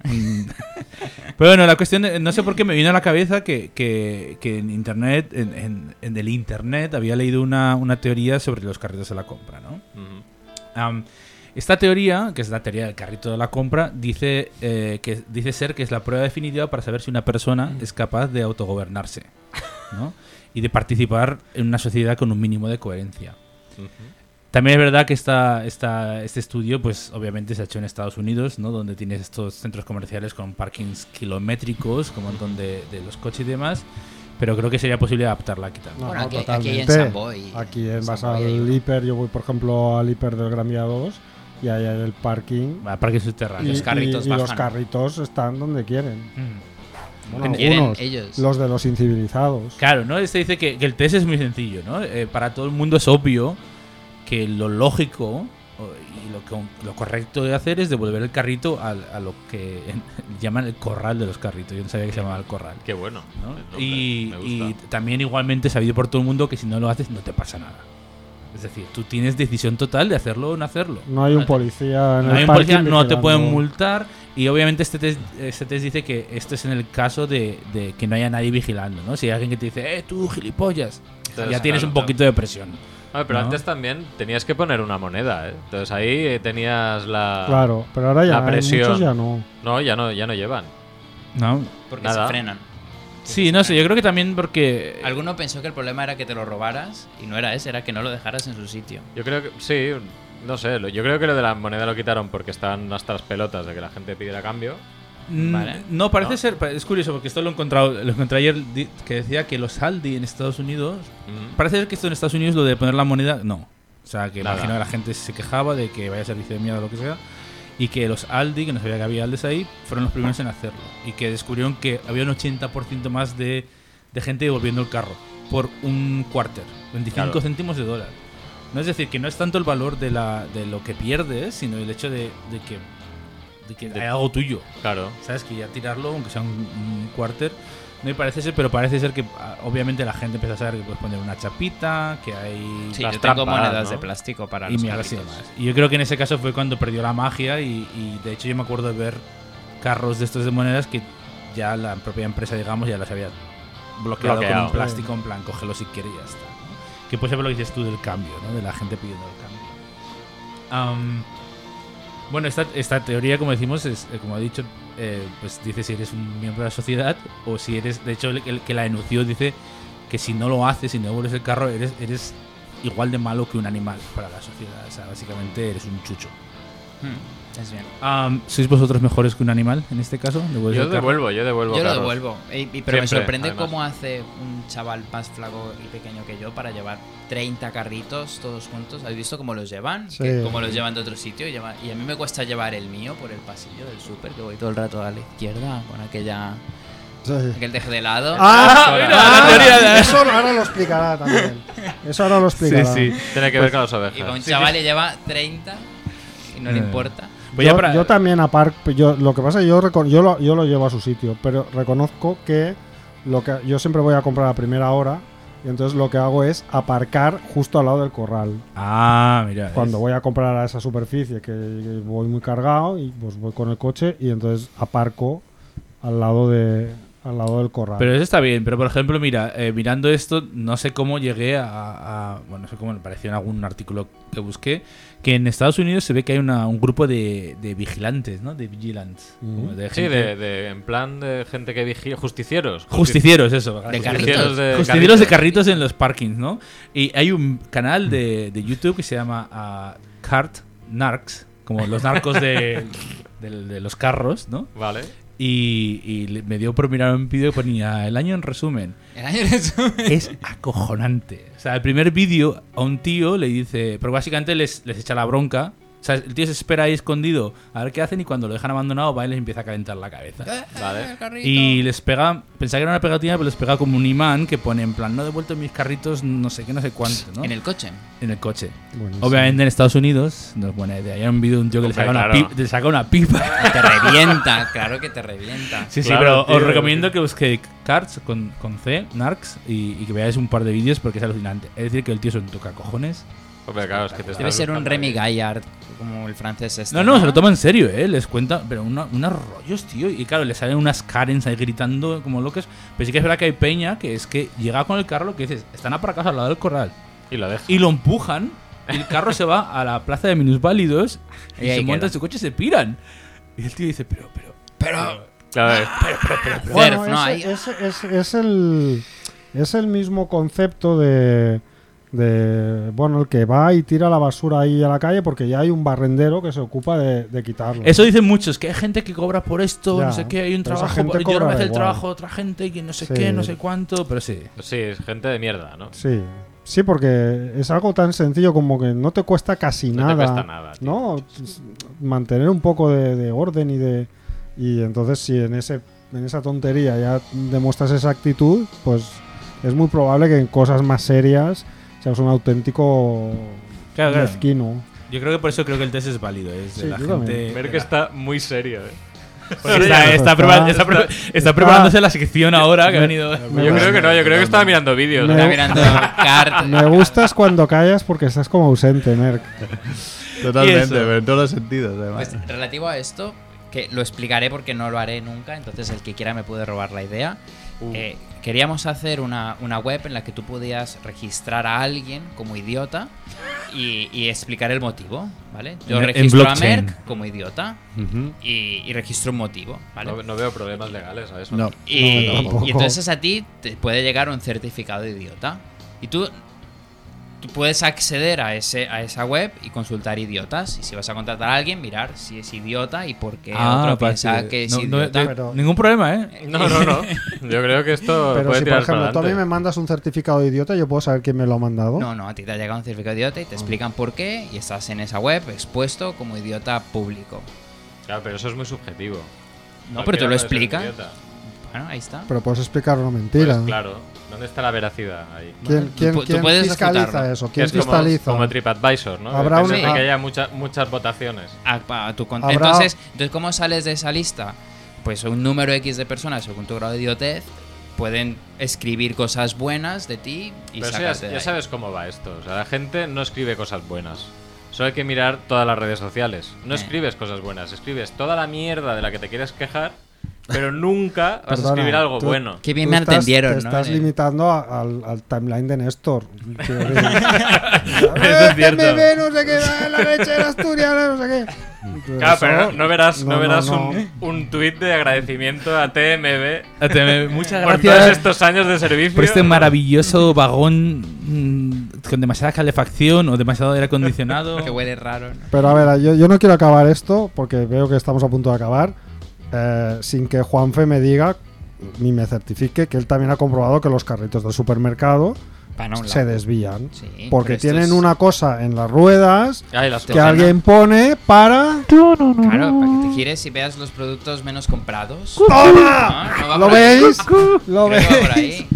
Speaker 6: Pero bueno, la cuestión, eh, no sé por qué me vino a la cabeza que, que- que en internet, en, en- en el internet, había leído una, una teoría sobre los carritos de la compra, ¿no?
Speaker 4: Ujú.
Speaker 6: Am, esta teoría, que es la teoría del carrito de la compra, dice, eh, que, dice ser que es la prueba definitiva para saber si una persona es capaz de autogobernarse, ¿no? Y de participar en una sociedad con un mínimo de coherencia. También es verdad que esta, esta- este estudio, pues obviamente se ha hecho en Estados Unidos, ¿no? Donde tienes estos centros comerciales con parkings kilométricos, con un montón de, de los coches y demás. Pero creo que sería posible adaptarla aquí también.
Speaker 5: No,
Speaker 3: Bueno,
Speaker 5: no,
Speaker 3: aquí- aquí hay en
Speaker 5: totalmente.
Speaker 3: Samboy,
Speaker 5: Aquí
Speaker 3: en
Speaker 5: en- vas
Speaker 3: Samboy hay
Speaker 5: al
Speaker 3: uno.
Speaker 5: hiper, yo voy por ejemplo al hiper del Gran Vía 2 y ahí hay el parking.
Speaker 6: Va, parques
Speaker 5: Y,
Speaker 6: subterráneos.
Speaker 3: los carritos
Speaker 5: y- y los
Speaker 3: bajan.
Speaker 5: carritos están donde quieren.
Speaker 6: Mm.
Speaker 5: Bueno,
Speaker 3: Quieren
Speaker 5: algunos,
Speaker 3: ellos.
Speaker 5: Los de los incivilizados.
Speaker 6: Claro, ¿no? Este dice que, que el test es muy sencillo, ¿no? Eh, para todo el mundo es obvio que lo lógico o- y lo, co- lo correcto de hacer es devolver el carrito al- a, lo que <laughs> llaman el corral de los carritos. Yo no sabía que se llamaba el corral.
Speaker 4: Qué bueno.
Speaker 6: ¿no?
Speaker 4: el nombre,
Speaker 6: Y,
Speaker 4: me
Speaker 6: y
Speaker 4: gusta.
Speaker 6: también igualmente sabido por todo el mundo que si no lo haces no te pasa nada. Es decir, tú tienes decisión total de hacerlo o no hacerlo.
Speaker 5: No hay un policía en
Speaker 6: No
Speaker 5: el
Speaker 6: hay un
Speaker 5: parking
Speaker 6: policía, no te
Speaker 5: vigilando.
Speaker 6: pueden multar. Y obviamente este test, este test dice que esto es en el caso de, de que no haya nadie vigilando, ¿no? Si hay alguien que te dice, eh, tú, gilipollas,
Speaker 4: Entonces,
Speaker 6: ya tienes
Speaker 4: claro,
Speaker 6: un poquito de presión.
Speaker 4: A ver, pero
Speaker 6: ¿no?
Speaker 4: antes también tenías que poner una moneda, ¿eh? Entonces ahí eh, tenías
Speaker 6: Ah.
Speaker 4: la...
Speaker 5: Claro, pero ahora ya
Speaker 4: La
Speaker 5: hay
Speaker 4: presión.
Speaker 5: muchos ya no.
Speaker 4: No, ya no, ya no llevan.
Speaker 6: ¿No?
Speaker 3: Porque
Speaker 4: Nada.
Speaker 3: se frenan.
Speaker 6: Sí, no sé, yo creo que también porque...
Speaker 3: Alguno pensó que el problema era que te lo robaras y no era ese, era que no lo dejaras en su sitio.
Speaker 4: Yo creo que... Sí, no sé. lo- Yo creo que lo de la moneda lo quitaron porque estaban hasta las pelotas de que la gente pidiera cambio.
Speaker 6: Mm,
Speaker 3: Vale.
Speaker 6: No, parece
Speaker 4: No.
Speaker 6: ser... pa- Es curioso porque esto lo he encontrado, lo encontré ayer di- que decía que los Aldi en Estados Unidos...
Speaker 4: Ujú.
Speaker 6: Parece ser que esto en Estados Unidos lo de poner la moneda, no. O sea, que
Speaker 4: Nada.
Speaker 6: imagino que la gente se quejaba de que vaya servicio de mierda o lo que sea. Y que los Aldi, que no sabía que había Aldes ahí, fueron los primeros en hacerlo. Y que descubrieron que había un 80% más de, de gente devolviendo el carro por un quarter, 25
Speaker 4: Claro.
Speaker 6: céntimos de dólar. No es decir, que no es tanto el valor de, la, de lo que pierdes, sino el hecho de, de que, de que hay algo tuyo.
Speaker 4: Pues Claro.
Speaker 6: ¿Sabes? Que ya tirarlo, aunque sea un, un quarter, no me parece ser, pero parece ser que ah, obviamente la gente empieza a saber que puedes poner una chapita, que hay.
Speaker 3: Sí,
Speaker 4: Las
Speaker 3: yo tengo
Speaker 4: trampas,
Speaker 3: monedas
Speaker 4: ¿no?
Speaker 3: de plástico para
Speaker 6: y
Speaker 3: los
Speaker 6: mierdas y
Speaker 3: carritos.
Speaker 6: demás. Y yo creo que en ese caso fue cuando perdió la magia y, y, de hecho yo me acuerdo de ver carros de estos de monedas que ya la propia empresa, digamos, ya las había bloqueado, con
Speaker 4: Bloqueado.
Speaker 6: un plástico en plan, cógelo si quieres y ya está. ¿no? Que puede ser lo que dices tú del cambio, ¿no? De la gente pidiendo el cambio. Am, bueno, esta, esta teoría, como decimos, es, eh, como ha dicho, eh, pues dice si eres un miembro de la sociedad o si eres, de hecho, el, el que la enunció dice que si no lo haces, si no devuelves el carro, eres, eres igual de malo que un animal para la sociedad. O sea, básicamente eres un chucho.
Speaker 3: Hmm. Estás bien.
Speaker 6: Am, ¿Sois vosotros mejores que un animal en este caso? Debo
Speaker 4: Yo
Speaker 6: decir que-
Speaker 4: devuelvo, yo devuelvo.
Speaker 3: Yo lo
Speaker 4: Carlos.
Speaker 3: devuelvo. Y- y- pero me
Speaker 4: Siempre,
Speaker 3: sorprende
Speaker 4: además.
Speaker 3: cómo hace un chaval más flaco y pequeño que yo para llevar 30 carritos todos juntos. ¿Habéis visto cómo los llevan?
Speaker 5: Sí.
Speaker 3: Que- Cómo los llevan de otro sitio. Y, lleva- y a mí me cuesta llevar el mío por el pasillo del súper, que voy todo el rato a la izquierda con aquella,
Speaker 5: Sí.
Speaker 3: aquel deje de lado.
Speaker 5: <laughs> Ah,
Speaker 4: mira,
Speaker 5: ah,
Speaker 4: la teoría de-
Speaker 5: eso ahora lo explicará también. Eso ahora lo
Speaker 6: Sí,
Speaker 5: explicará.
Speaker 6: sí.
Speaker 4: <laughs> Tiene que ver con las
Speaker 3: Y con un
Speaker 4: ovejas.
Speaker 3: chaval le lleva 30 y no le
Speaker 6: Eh.
Speaker 3: importa.
Speaker 6: Pues
Speaker 5: yo,
Speaker 6: ya para-
Speaker 5: yo también a Park, yo, lo que pasa es que yo, recon- yo, lo, yo lo llevo a su sitio, pero reconozco que, lo que yo siempre voy a comprar a primera hora y entonces lo que hago es aparcar justo al lado del corral.
Speaker 6: Ah, mira.
Speaker 5: Cuando voy a comprar a esa superficie que, que voy muy cargado y pues voy con el coche y entonces aparco al lado de al lado del corral.
Speaker 6: Pero eso está bien, pero por ejemplo, mira, eh, mirando esto, no sé cómo llegué a, a- Bueno, no sé cómo me pareció en algún artículo que busqué, que en Estados Unidos se ve que hay una- un grupo de, de vigilantes, ¿no? De vigilants. como de
Speaker 4: Sí,
Speaker 6: gente-
Speaker 4: de, de- en plan de gente que vigila. Justicieros.
Speaker 6: Justicieros, eso.
Speaker 3: De
Speaker 4: Justicieros de
Speaker 6: Justicieros de
Speaker 4: carritos.
Speaker 6: carritos en los parkings, ¿no? Y hay un canal de, de YouTube que se llama ah, Cart Narcs, como los narcos de, del- de los carros, ¿no?
Speaker 4: Vale.
Speaker 6: Y, y le- me dio por mirar un vídeo que ponía el año en resumen.
Speaker 3: El año de su-
Speaker 5: <laughs>
Speaker 6: Es acojonante. O sea, el primer vídeo a un tío le dice. Pero básicamente les, les echa la bronca. O sea, el tío se espera ahí escondido a ver qué hacen y cuando lo dejan abandonado va y les empieza a calentar la cabeza.
Speaker 4: Vale.
Speaker 6: Y les pega, pensaba que era una pegatina, pero les pega como un imán que pone en plan, no he devuelto mis carritos, no sé qué, no sé cuánto, ¿no?
Speaker 3: En el coche.
Speaker 6: En el coche.
Speaker 5: Buenísimo.
Speaker 6: Obviamente en Estados Unidos, no es buena idea. Hay un vídeo de un tío que le
Speaker 4: Hombre,
Speaker 6: saca, una
Speaker 4: claro.
Speaker 6: pipa, le saca una
Speaker 3: <laughs>
Speaker 6: pipa.
Speaker 3: Te revienta, claro que te revienta.
Speaker 6: Sí, sí,
Speaker 4: Claro,
Speaker 6: pero
Speaker 4: tío.
Speaker 6: os recomiendo que busquéis Cards con, con C, Narcs, y, y que veáis un par de vídeos porque es alucinante. Es decir, que el tío son toca cojones.
Speaker 4: Hombre, claro, es que te
Speaker 3: Debe
Speaker 4: estás
Speaker 3: ser un
Speaker 4: buscando
Speaker 3: Remy
Speaker 4: ahí.
Speaker 3: Gaillard, como el francés este.
Speaker 6: No, no, se lo toma en serio, ¿eh? Les cuenta, pero una- unos rollos, tío. Y claro, le salen unas Karens ahí gritando como locos. Pero sí que es verdad que hay peña que es que llega con el carro, lo que dices, están aparcados al lado del corral.
Speaker 4: Y lo deja.
Speaker 6: Y lo empujan, y el carro se va a la plaza de
Speaker 4: <laughs>
Speaker 6: minusválidos, y,
Speaker 3: Y ahí
Speaker 6: se montan
Speaker 3: queda.
Speaker 6: en su coche y se piran. Y el tío dice, pero, pero,
Speaker 3: Pero.
Speaker 4: Claro, es-
Speaker 3: Cerf,
Speaker 5: Bueno,
Speaker 3: no,
Speaker 5: ese-
Speaker 3: ahí.
Speaker 5: ese- es, es el, es el mismo concepto de, de, Bueno, el que va y tira la basura ahí a la calle porque ya hay un barrendero que se ocupa de, de quitarlo.
Speaker 6: Eso dicen muchos, que hay gente que cobra por esto,
Speaker 5: Ya,
Speaker 6: no sé qué, hay un
Speaker 5: pero esa
Speaker 6: trabajo,
Speaker 5: gente
Speaker 6: yo no
Speaker 5: cobra
Speaker 6: me hace el
Speaker 5: igual.
Speaker 6: trabajo de otra gente, que no sé
Speaker 5: Sí.
Speaker 6: qué, no sé cuánto, pero sí.
Speaker 4: Sí, es gente de mierda, ¿no?
Speaker 5: Sí. Sí, porque es algo tan sencillo como que no te cuesta casi
Speaker 4: No
Speaker 5: nada.
Speaker 4: te cuesta nada, tío.
Speaker 5: ¿no? S- Mantener un poco de, de orden y de. Y entonces, si en, ese, en esa tontería ya demuestras esa actitud, pues es muy probable que en cosas más serias seas un auténtico
Speaker 6: Claro, claro.
Speaker 5: mezquino.
Speaker 6: Yo creo que por eso creo que el test es válido, es de
Speaker 5: Sí,
Speaker 6: la
Speaker 5: yo
Speaker 6: gente...
Speaker 5: también.
Speaker 4: Ver
Speaker 6: de
Speaker 4: que
Speaker 6: la-
Speaker 4: está muy serio, ¿eh?
Speaker 6: Pues está,
Speaker 5: Sí, sí,
Speaker 6: está
Speaker 5: está-
Speaker 6: prepara- está pre- está preparándose la sección ahora que ha venido.
Speaker 5: Me
Speaker 4: Yo
Speaker 5: gusta-
Speaker 4: creo que no, yo creo que estaba mirando vídeos.
Speaker 5: Me-
Speaker 3: Está mirando
Speaker 6: <laughs>
Speaker 3: Cart.
Speaker 5: Me gustas cuando callas porque estás como ausente, Merck.
Speaker 1: Totalmente,
Speaker 6: eso.
Speaker 1: pero en todos los sentidos, además.
Speaker 3: Pues, relativo a esto, que lo explicaré porque no lo haré nunca, entonces el que quiera me puede robar la idea.
Speaker 6: Uh.
Speaker 3: Eh, queríamos hacer una, una web en la que tú podías registrar a alguien como idiota y, y explicar el motivo, ¿vale? Yo
Speaker 6: En- en
Speaker 3: registro a
Speaker 6: blockchain.
Speaker 3: Merck como idiota y, y registro un motivo, ¿vale?
Speaker 4: No, no veo problemas legales a eso.
Speaker 1: No.
Speaker 3: Y,
Speaker 5: No, tampoco.
Speaker 3: y entonces a ti te puede llegar un certificado de idiota. Y tú, tú puedes acceder a, ese, a esa web y consultar idiotas. Y si vas a contratar a alguien, mirar si es idiota y por qué otro
Speaker 6: para
Speaker 3: piensa
Speaker 6: que-
Speaker 3: que es
Speaker 6: Ah, pues no, no,
Speaker 3: idiota.
Speaker 6: de-
Speaker 5: Pero-
Speaker 6: Ningún problema,
Speaker 5: <laughs>
Speaker 6: ¿eh?
Speaker 4: No, no, no. Yo creo que esto
Speaker 5: Pero
Speaker 4: puede
Speaker 5: si, por
Speaker 4: tirar
Speaker 5: ejemplo, tú
Speaker 4: para
Speaker 5: a mí me
Speaker 4: adelante.
Speaker 5: mandas un certificado de idiota, yo puedo saber quién me lo ha mandado.
Speaker 3: No, no, a ti te ha llegado un certificado de idiota y te explican por qué y estás en esa web expuesto como idiota público.
Speaker 4: Claro, pero eso es muy subjetivo.
Speaker 3: No, pero
Speaker 4: Cualquiera
Speaker 3: te lo
Speaker 4: puede ser
Speaker 3: explica.
Speaker 4: idiota.
Speaker 3: Bueno, ahí está.
Speaker 5: Pero puedes explicar una
Speaker 4: Pues,
Speaker 5: mentira.
Speaker 4: claro. ¿Dónde está la veracidad ahí?
Speaker 5: ¿Quién,
Speaker 3: Tú
Speaker 5: quién-
Speaker 3: pu- tú
Speaker 5: quién
Speaker 3: puedes
Speaker 5: fiscaliza
Speaker 3: refutarlo.
Speaker 5: eso?
Speaker 4: Que
Speaker 5: ¿Quién
Speaker 4: es como-
Speaker 5: fiscaliza?
Speaker 4: Como, TripAdvisor, ¿no?
Speaker 5: Habrá
Speaker 4: Depende
Speaker 3: un-
Speaker 4: de
Speaker 3: ah.
Speaker 4: que haya mucha- muchas votaciones.
Speaker 3: a- pa- a tu con-
Speaker 5: Habrá-
Speaker 3: entonces, entonces, ¿cómo sales de esa lista? Pues un número X de personas, según tu grado de idiotez, pueden escribir cosas buenas de ti y
Speaker 4: Pero eso ya,
Speaker 3: sacarte de
Speaker 4: ya
Speaker 3: ahí.
Speaker 4: sabes cómo va esto. O sea, la gente no escribe cosas buenas. Solo hay que mirar todas las redes sociales. No
Speaker 3: Eh.
Speaker 4: escribes cosas buenas, escribes toda la mierda de la que te quieres quejar pero nunca vas a
Speaker 5: Perdona,
Speaker 4: escribir algo
Speaker 5: tú-
Speaker 4: bueno.
Speaker 3: Qué bien
Speaker 5: Tú
Speaker 3: me
Speaker 5: estás-
Speaker 3: entendieron, ¿no?
Speaker 5: te
Speaker 3: Eh.
Speaker 5: estás
Speaker 3: En el-
Speaker 5: limitando a- al, al timeline
Speaker 3: <laughs>
Speaker 5: de Néstor. Quiero decir,
Speaker 4: Eso es
Speaker 5: Me ve,
Speaker 4: cierto.
Speaker 5: no sé qué, ah, la leche de Asturias, no sé qué.
Speaker 4: Claro,
Speaker 5: Eso-
Speaker 4: pero no, no verás, no,
Speaker 5: no,
Speaker 4: verás
Speaker 5: no.
Speaker 4: Un, un tuit de agradecimiento a TMB
Speaker 6: ATM, Muchas
Speaker 4: por todos
Speaker 6: gracias
Speaker 4: estos años de servicio.
Speaker 6: por este maravilloso vagón mm, con demasiada calefacción o demasiado aire
Speaker 5: <laughs>
Speaker 6: acondicionado.
Speaker 3: Que huele raro. ¿no?
Speaker 5: Pero a ver, yo, yo no quiero acabar esto porque veo que estamos a punto de acabar eh, sin que Juanfe me diga ni me certifique que él también ha comprobado que los carritos del supermercado
Speaker 3: Van a un
Speaker 5: se
Speaker 3: lado.
Speaker 5: desvían.
Speaker 3: Sí, pero
Speaker 5: porque
Speaker 3: esto
Speaker 5: tienen
Speaker 3: es-
Speaker 5: una cosa en las ruedas
Speaker 4: Ay, las
Speaker 3: Te
Speaker 5: que
Speaker 3: frena.
Speaker 5: alguien pone para...
Speaker 3: Claro, para que te gires y veas los productos menos comprados.
Speaker 5: ¡Toma!
Speaker 3: No, no va
Speaker 5: ¿Lo
Speaker 3: por ahí.
Speaker 5: veis? ¿Lo
Speaker 3: Creo
Speaker 5: veis?
Speaker 3: que va por ahí.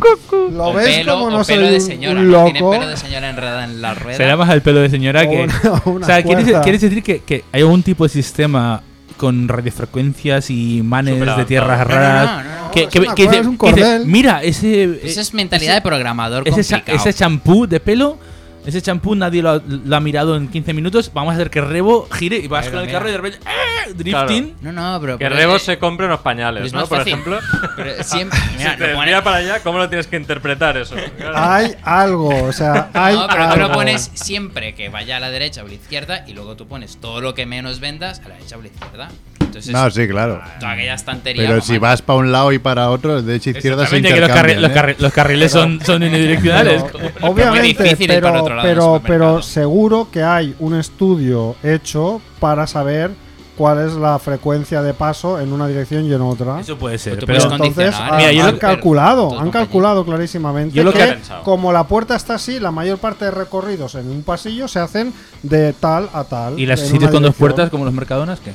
Speaker 5: ¿Lo
Speaker 3: O
Speaker 5: veis
Speaker 3: pelo,
Speaker 5: como
Speaker 3: o
Speaker 5: no soy
Speaker 3: pelo de
Speaker 5: un-
Speaker 3: señora,
Speaker 5: un
Speaker 3: ¿no?
Speaker 5: loco?
Speaker 3: Tiene pelo de señora enredada en la rueda.
Speaker 6: Será más al pelo de señora
Speaker 5: O
Speaker 6: que.
Speaker 5: una- <laughs> o
Speaker 6: o sea,
Speaker 5: una
Speaker 6: ¿quieres,
Speaker 5: cuerda.
Speaker 6: quieres decir que, que hay algún tipo de sistema con radiofrecuencias y imanes de
Speaker 4: Superavanzado.
Speaker 6: tierras
Speaker 3: No, no,
Speaker 6: raras?
Speaker 3: no, no, no.
Speaker 6: Que,
Speaker 5: es
Speaker 6: que-
Speaker 5: una
Speaker 6: que
Speaker 5: cuerda,
Speaker 6: dice-
Speaker 5: es un
Speaker 6: que dice,
Speaker 5: cordel.
Speaker 6: mira, ese.
Speaker 3: Eso es mentalidad de programador
Speaker 6: ese cha-
Speaker 3: complicado.
Speaker 6: ese champú de pelo, ese champú nadie lo ha, lo ha mirado en 15 minutos. Vamos a hacer que Rebo gire y vas
Speaker 3: Pero
Speaker 6: con el
Speaker 3: mira.
Speaker 6: carro y de repente. ¡ah! Drifting.
Speaker 3: No, no, bro.
Speaker 4: Que
Speaker 3: pero
Speaker 4: Rebo
Speaker 3: es-
Speaker 4: se compre unos
Speaker 3: pero Pues es
Speaker 4: pañales, ¿no?
Speaker 3: más
Speaker 4: Por
Speaker 3: fácil.
Speaker 4: ejemplo.
Speaker 3: Pero
Speaker 4: <laughs>
Speaker 3: siempre. Mira,
Speaker 4: si te
Speaker 3: lo pone-
Speaker 4: desvía para allá, ¿cómo lo tienes que interpretar eso?
Speaker 5: Hay algo, o sea, hay
Speaker 3: No, pero tú
Speaker 5: algo.
Speaker 3: lo pones siempre que vaya a la derecha o a la izquierda y luego tú pones todo lo que menos vendas a la derecha o a la izquierda. Entonces,
Speaker 1: No, sí, claro.
Speaker 3: toda aquella estantería.
Speaker 1: Pero
Speaker 3: como
Speaker 1: si vas para un lado y para otro, de derecha e izquierda se
Speaker 6: Exactamente, que los, carri- los
Speaker 1: intercambian. ¿eh?
Speaker 6: carri- los carriles son, son unidireccionales.
Speaker 5: Pero,
Speaker 3: muy
Speaker 5: obviamente,
Speaker 3: difícil ir para
Speaker 5: pero,
Speaker 3: otro lado del
Speaker 5: pero,
Speaker 3: supermercado.
Speaker 5: pero seguro que hay un estudio hecho para saber cuál es la frecuencia de paso en una dirección y en otra.
Speaker 6: Eso puede ser.
Speaker 3: tú
Speaker 6: pero-
Speaker 3: puedes
Speaker 5: entonces
Speaker 3: condicionar, eh,
Speaker 5: han,
Speaker 6: Mira, yo
Speaker 5: han
Speaker 6: lo-
Speaker 5: calculado,
Speaker 3: todo
Speaker 5: han
Speaker 3: compañía.
Speaker 5: calculado clarísimamente
Speaker 6: Yo lo
Speaker 5: que,
Speaker 4: que he pensado.
Speaker 5: como la puerta está así, la mayor parte de recorridos en un pasillo se hacen de tal a tal.
Speaker 6: ¿Y las
Speaker 5: en
Speaker 6: sitios
Speaker 5: una
Speaker 6: con dos
Speaker 5: dirección.
Speaker 6: puertas como los mercadonas? ¿Qué?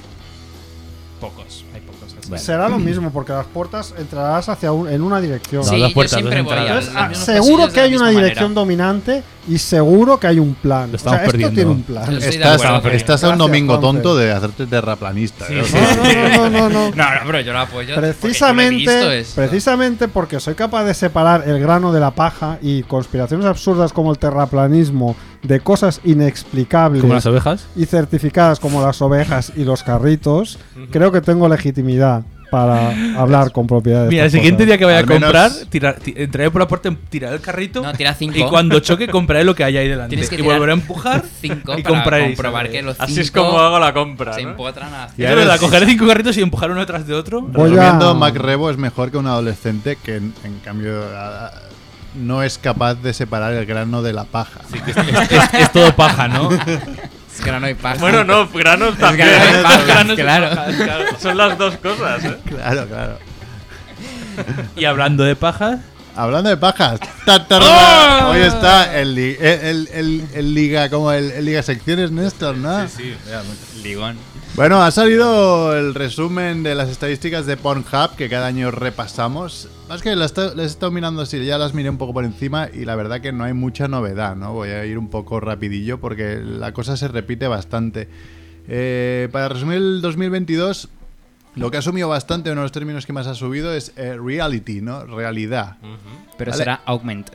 Speaker 3: Pocos, hay pocos. así.
Speaker 6: Vale.
Speaker 5: Será lo mismo porque las puertas entrarás hacia un- en una dirección.
Speaker 3: Sí,
Speaker 6: las
Speaker 3: yo
Speaker 6: puertas,
Speaker 3: siempre
Speaker 6: las
Speaker 3: voy a
Speaker 6: entradas.
Speaker 3: los
Speaker 5: Entonces, ah,
Speaker 3: mismos
Speaker 5: seguro
Speaker 3: pasillos de
Speaker 5: que
Speaker 3: la
Speaker 5: hay una
Speaker 3: misma
Speaker 5: dirección
Speaker 3: manera.
Speaker 5: dominante y seguro que hay un plan.
Speaker 6: Lo estamos
Speaker 5: o sea, esto
Speaker 6: perdiendo.
Speaker 5: tiene un plan.
Speaker 3: Estoy de
Speaker 1: Estás,
Speaker 3: acuerdo con
Speaker 1: estás a un
Speaker 5: Gracias,
Speaker 1: domingo
Speaker 5: Juanfe.
Speaker 1: tonto de hacerte terraplanista. ¿eh?
Speaker 5: No, no, no, no, no.
Speaker 3: No, no, bro, yo lo apoyo. porque yo lo he
Speaker 5: <laughs> Precisamente,
Speaker 3: visto, es-
Speaker 5: precisamente porque soy capaz de separar el grano de la paja y conspiraciones absurdas como el terraplanismo de cosas inexplicables
Speaker 6: ¿Como las ovejas?
Speaker 5: y certificadas como las ovejas y los carritos, creo que tengo legitimidad para hablar con propiedad. de
Speaker 6: Mira, el
Speaker 5: estas
Speaker 6: siguiente
Speaker 5: cosas.
Speaker 6: día que vaya a
Speaker 1: Al menos-
Speaker 6: comprar, tirar- ti- entraré por la puerta, tiraré el carrito
Speaker 3: No, tira cinco.
Speaker 6: y cuando choque compraré lo que haya ahí delante.
Speaker 3: Tienes que
Speaker 6: Y volveré a
Speaker 3: tirar
Speaker 1: <laughs>
Speaker 6: empujar
Speaker 3: cinco
Speaker 6: y
Speaker 3: para
Speaker 6: compraré.
Speaker 3: comprobar que los cinco
Speaker 4: Así es como hago la compra.
Speaker 3: se
Speaker 4: ¿no?
Speaker 3: empotran a
Speaker 1: Ya
Speaker 6: Es verdad,
Speaker 1: eres-
Speaker 6: cogeré cinco carritos y empujar uno detrás de otro.
Speaker 5: Voy
Speaker 1: Resumiendo,
Speaker 5: a-
Speaker 1: Mac Rebo es mejor que un adolescente que, en, en cambio, a- a- no es capaz de separar el grano de la paja. <laughs>
Speaker 6: Es, es todo paja, <laughs> ¿no?
Speaker 3: <laughs> Es que ahora no hay paja.
Speaker 4: Bueno, no, granos
Speaker 3: Es que
Speaker 4: también. <laughs>
Speaker 3: ahora no hay paja,
Speaker 6: Granos y
Speaker 3: claro.
Speaker 4: Son las dos cosas, ¿eh?
Speaker 1: Claro, claro.
Speaker 6: Y hablando de pajas,
Speaker 1: Hablando de pajas, ta, ta, ra, ra. hoy está el, li- el- el- el- el liga, como el, el liga secciones Néstor, ¿no?
Speaker 3: Ligón.
Speaker 1: Bueno, ha salido el resumen de las estadísticas de Pornhub que cada año repasamos. Es que las he estado mirando así, ya las miré un poco por encima y la verdad que no hay mucha novedad, ¿no? Voy a ir un poco rapidillo porque la cosa se repite bastante. Eh, para resumir el 2022, lo que ha sumido bastante, uno de los términos que más ha subido es eh, reality, ¿no? Realidad.
Speaker 3: Pero
Speaker 1: Vale.
Speaker 3: será augment.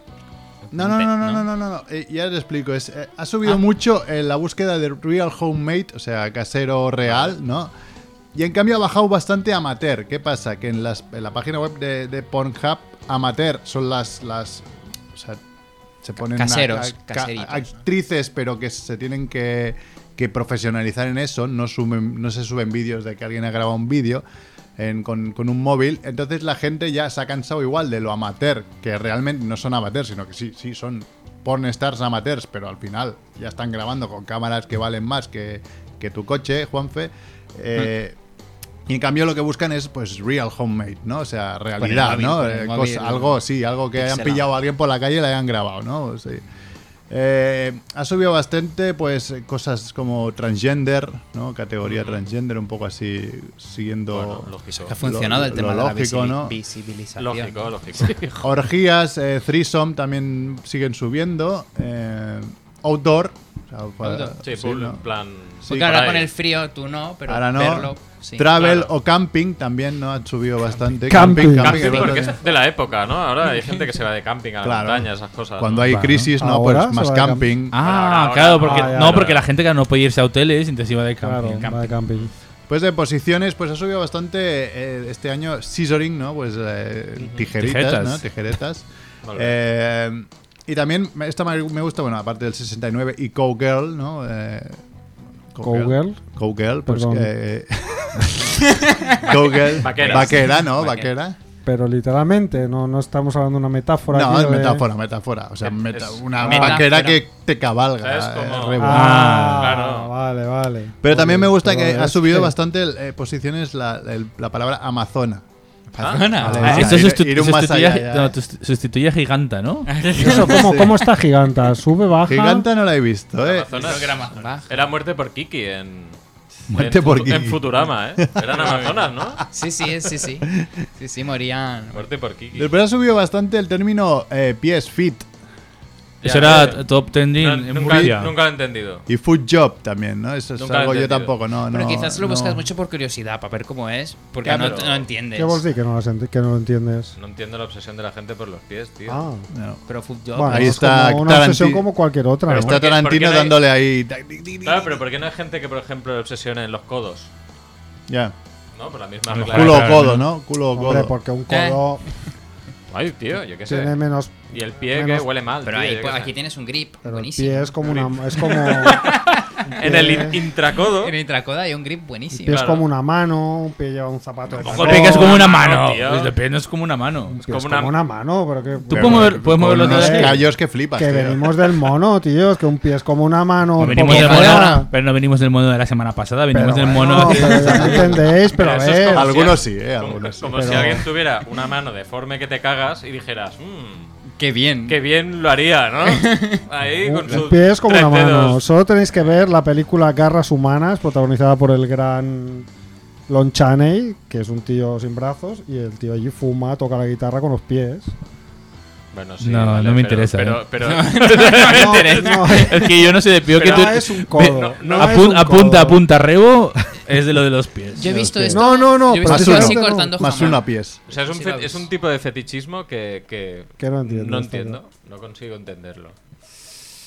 Speaker 1: No, no, no, no, no, no, no, no. Eh, ya te explico. Es, eh, ha subido mucho en la búsqueda de real homemade, o sea, casero real, ¿no? Y en cambio ha bajado bastante amateur. ¿Qué pasa? Que en, las- en la página web de, de Pornhub, amateur son las. las o sea, se ponen a-
Speaker 3: Caseros,
Speaker 1: a- ca-
Speaker 3: caseritos, ¿no?
Speaker 1: actrices, pero que se tienen que, que profesionalizar en eso. No, suben, no se suben vídeos de que alguien ha grabado un vídeo en- con, con un móvil. Entonces la gente ya se ha cansado igual de lo amateur, que realmente no son amateurs, sino que sí, sí, son pornstars amateurs, pero al final ya están grabando con cámaras que valen más que, que tu coche, Juanfe. Eh, y en cambio lo que buscan es pues real homemade, ¿no? O sea, realidad,
Speaker 3: móvil,
Speaker 1: ¿no?
Speaker 3: con Pues el
Speaker 1: Eh,
Speaker 3: móvil.
Speaker 1: cosa- algo, sí, algo que hayan
Speaker 3: Pixelado.
Speaker 1: pillado a alguien por la calle y la hayan grabado, ¿no? Sí. Eh, ha subido bastante, pues, eh, cosas como transgender, ¿no?
Speaker 3: Mm.
Speaker 1: Categoría transgender, un poco así, siguiendo...
Speaker 4: Bueno, lógico.
Speaker 3: Ha funcionado
Speaker 1: Lo-
Speaker 3: el
Speaker 1: lo
Speaker 3: tema
Speaker 1: lógico,
Speaker 3: de la
Speaker 1: ¿no?
Speaker 3: visibili- visibilización.
Speaker 4: Lógico, lógico.
Speaker 1: Orgías, eh, threesome también siguen subiendo. eh, outdoor. o sea, para- sí,
Speaker 4: Sí, full
Speaker 1: ¿no?
Speaker 4: plan.
Speaker 1: Sí,
Speaker 3: Porque
Speaker 1: por
Speaker 3: ahora
Speaker 1: ahí.
Speaker 3: con el frío tú no, pero
Speaker 1: Ahora no.
Speaker 3: verlo. sí.
Speaker 1: Travel
Speaker 4: claro.
Speaker 1: o camping también no han subido bastante.
Speaker 5: Camping.
Speaker 4: Camping,
Speaker 1: que
Speaker 4: porque
Speaker 1: es verdad
Speaker 4: es de la época, ¿no? Ahora hay gente que se va de camping a la
Speaker 1: Claro.
Speaker 4: montaña, esas cosas.
Speaker 1: que
Speaker 4: ¿no?
Speaker 1: Cuando hay
Speaker 5: Claro.
Speaker 1: crisis, no,
Speaker 5: Ahora
Speaker 1: pues
Speaker 5: se
Speaker 1: más
Speaker 5: va de
Speaker 1: camping.
Speaker 6: Ah,
Speaker 4: Ahora, ahora,
Speaker 6: claro,
Speaker 4: ahora,
Speaker 1: Ah,
Speaker 6: porque,
Speaker 5: ahora,
Speaker 6: no,
Speaker 5: ahora.
Speaker 6: porque la gente que no puede irse a hoteles, entonces iba de camping.
Speaker 5: Claro, va de camping.
Speaker 1: Pues de posiciones, pues ha subido bastante eh, este año scissoring, ¿no? Pues eh, tijeritas,
Speaker 6: Tijetas.
Speaker 1: ¿no? Tijeretas.
Speaker 4: <laughs> Vale.
Speaker 1: Eh, y también me- esta me me gusta, bueno, aparte del 69 y Cowgirl, ¿no? Eh,
Speaker 5: Cowgirl.
Speaker 1: Cowgirl, pues <laughs>
Speaker 5: Perdón.
Speaker 1: que... Cowgirl.
Speaker 4: Vaquera.
Speaker 1: Vaquera, ¿no?
Speaker 4: Vaquera.
Speaker 1: Vaquera.
Speaker 5: Pero literalmente, no, no estamos hablando de una metáfora.
Speaker 1: no,
Speaker 5: aquí
Speaker 1: es
Speaker 5: de-
Speaker 1: metáfora, metáfora. O sea,
Speaker 4: Es-
Speaker 1: meta-
Speaker 4: es-
Speaker 1: una
Speaker 3: metáfora.
Speaker 1: vaquera que te cabalga.
Speaker 4: Es como-
Speaker 1: eh, re buena.
Speaker 5: Ah,
Speaker 4: Claro.
Speaker 5: vale, vale.
Speaker 1: Pero también me gusta que
Speaker 5: Pero
Speaker 1: ha subido
Speaker 5: este-
Speaker 1: bastante el, eh, posiciones la, el- la palabra Amazona.
Speaker 3: Perdona.
Speaker 1: vale.
Speaker 6: Ah,
Speaker 1: ya,
Speaker 6: esto
Speaker 1: ir-
Speaker 6: sustitu-
Speaker 1: ir un más
Speaker 6: sustituye-
Speaker 1: allá, ya.
Speaker 6: no, tu- sustituye a giganta, ¿no?
Speaker 5: Eso,
Speaker 1: <laughs>
Speaker 5: ¿cómo, ¿Cómo está Giganta? ¿Sube, baja?
Speaker 1: Giganta no la he visto, ¿eh?
Speaker 4: Amazonas.
Speaker 3: Va.
Speaker 4: Era muerte por Kiki en.
Speaker 1: Muerte
Speaker 4: en
Speaker 1: por
Speaker 4: Futu-
Speaker 1: Kiki.
Speaker 4: En Futurama, ¿eh? Eran Amazonas, ¿no?
Speaker 3: Sí, sí, sí,
Speaker 1: <laughs>
Speaker 3: sí. Sí, sí, morían.
Speaker 4: Muerte por Kiki.
Speaker 1: Después ha subido bastante el término eh, pies fit
Speaker 6: Eso
Speaker 4: Ya,
Speaker 6: era
Speaker 4: eh,
Speaker 6: top trending
Speaker 4: no,
Speaker 6: en
Speaker 4: nunca,
Speaker 6: Murcia.
Speaker 4: nunca lo he entendido.
Speaker 1: y food job también, ¿no? Eso es
Speaker 4: Nunca lo he
Speaker 1: algo yo
Speaker 4: entendido.
Speaker 1: tampoco, no,
Speaker 3: Pero
Speaker 1: no,
Speaker 3: quizás lo
Speaker 1: no.
Speaker 3: buscas mucho por curiosidad, para ver cómo es, porque
Speaker 4: Ya,
Speaker 3: no,
Speaker 4: pero-
Speaker 3: no entiendes.
Speaker 5: ¿Qué vos di que no, las ent- que no lo entiendes?
Speaker 4: No entiendo la obsesión de la gente por los pies, tío.
Speaker 5: Ah,
Speaker 1: No.
Speaker 3: Pero Food Job,
Speaker 5: bueno,
Speaker 1: ahí
Speaker 5: es
Speaker 1: está
Speaker 5: como una obsesión
Speaker 1: Taranti-
Speaker 5: como cualquier otra.
Speaker 1: Pero
Speaker 5: ¿no?
Speaker 1: está
Speaker 4: porque-
Speaker 1: Tarantino
Speaker 4: porque no hay-
Speaker 1: dándole ahí.
Speaker 4: Claro, pero ¿por qué no hay gente que, por ejemplo, le obsesione en los codos?
Speaker 1: Ya.
Speaker 4: ¿No? Por la misma
Speaker 6: Hombre,
Speaker 4: regla.
Speaker 1: Culo o
Speaker 6: claro,
Speaker 1: codo, ¿no? Culo o
Speaker 5: Hombre,
Speaker 1: codo.
Speaker 5: porque un codo
Speaker 4: Ay, tío, yo qué sé.
Speaker 5: tiene menos...
Speaker 4: Y el pie
Speaker 5: menos-
Speaker 4: que huele mal.
Speaker 3: pero
Speaker 4: tío,
Speaker 3: ahí,
Speaker 4: yo
Speaker 3: pues,
Speaker 4: qué sé.
Speaker 3: aquí tienes un grip
Speaker 5: Pero el
Speaker 3: buenísimo.
Speaker 5: pie es como una... Es como...
Speaker 4: En el in- intracodo.
Speaker 3: En Intracoda hay un grip
Speaker 5: El pie
Speaker 3: buenísimo.
Speaker 5: es
Speaker 4: claro.
Speaker 5: como una mano, un pie lleva un zapato de
Speaker 4: Ojo,
Speaker 5: tacón,
Speaker 6: Pega es como una mano.
Speaker 4: Mano, tío.
Speaker 6: Pues el pie no es como una mano.
Speaker 5: un pie es
Speaker 4: como una-
Speaker 5: como una mano, pero que...
Speaker 6: Tú puedes mover, puedes
Speaker 1: Con
Speaker 6: mover los
Speaker 1: unos
Speaker 6: dedos.
Speaker 5: sé.
Speaker 1: callos que flipas.
Speaker 5: Que
Speaker 1: tío.
Speaker 5: venimos del mono, tío. Es que un pie es como una mano.
Speaker 6: No
Speaker 5: un
Speaker 6: venimos
Speaker 5: poco
Speaker 6: del
Speaker 5: fuera.
Speaker 6: mono, pero no venimos del mono de la semana pasada, venimos
Speaker 5: Pero
Speaker 6: del
Speaker 5: bueno,
Speaker 6: mono. <laughs>
Speaker 5: pero ya me entendéis, pero a
Speaker 4: Pero eso es
Speaker 5: ver.
Speaker 4: como-
Speaker 1: Algunos sí, ¿eh?
Speaker 4: Como,
Speaker 1: Algunos sí.
Speaker 4: como
Speaker 5: pero-
Speaker 4: si alguien tuviera una mano deforme que te cagas y dijeras, mmm,
Speaker 3: Qué bien.
Speaker 4: qué bien lo haría,
Speaker 3: <laughs>
Speaker 4: ¿no? Ahí con
Speaker 5: Un
Speaker 4: sus
Speaker 5: pie es como
Speaker 4: tres
Speaker 5: una mano.
Speaker 4: dedos.
Speaker 5: Solo tenéis que ver la película Garras Humanas, protagonizada por el gran Lon Chaney, que es un tío sin brazos, y el tío allí fuma, toca la guitarra con los pies.
Speaker 4: Bueno, sí,
Speaker 6: No,
Speaker 4: vale,
Speaker 6: no me
Speaker 4: pero-
Speaker 6: interesa,
Speaker 4: Pero,
Speaker 6: eh.
Speaker 3: <laughs>
Speaker 4: pero, <laughs>
Speaker 5: No, no,
Speaker 6: Es que yo no sé de pie.
Speaker 4: Pero
Speaker 6: que tú-
Speaker 5: no
Speaker 6: <laughs>
Speaker 5: es un codo.
Speaker 6: Ve-
Speaker 5: no
Speaker 6: apun-
Speaker 5: es un
Speaker 6: apunta,
Speaker 5: codo.
Speaker 6: apunta, rebo. Es de lo de los pies.
Speaker 3: Yo he visto
Speaker 1: Hostia.
Speaker 3: esto.
Speaker 5: No, no, no,
Speaker 3: Yo he visto
Speaker 1: más
Speaker 3: esto
Speaker 1: uno.
Speaker 3: así cortando
Speaker 1: Más
Speaker 3: jamón.
Speaker 1: uno a pies.
Speaker 4: o sea, es un,
Speaker 3: Pues Sí,
Speaker 4: fe-
Speaker 3: la ves.
Speaker 4: es un tipo de fetichismo que, que
Speaker 5: Que no entiendo,
Speaker 4: No
Speaker 5: está
Speaker 4: entiendo, no consigo entenderlo.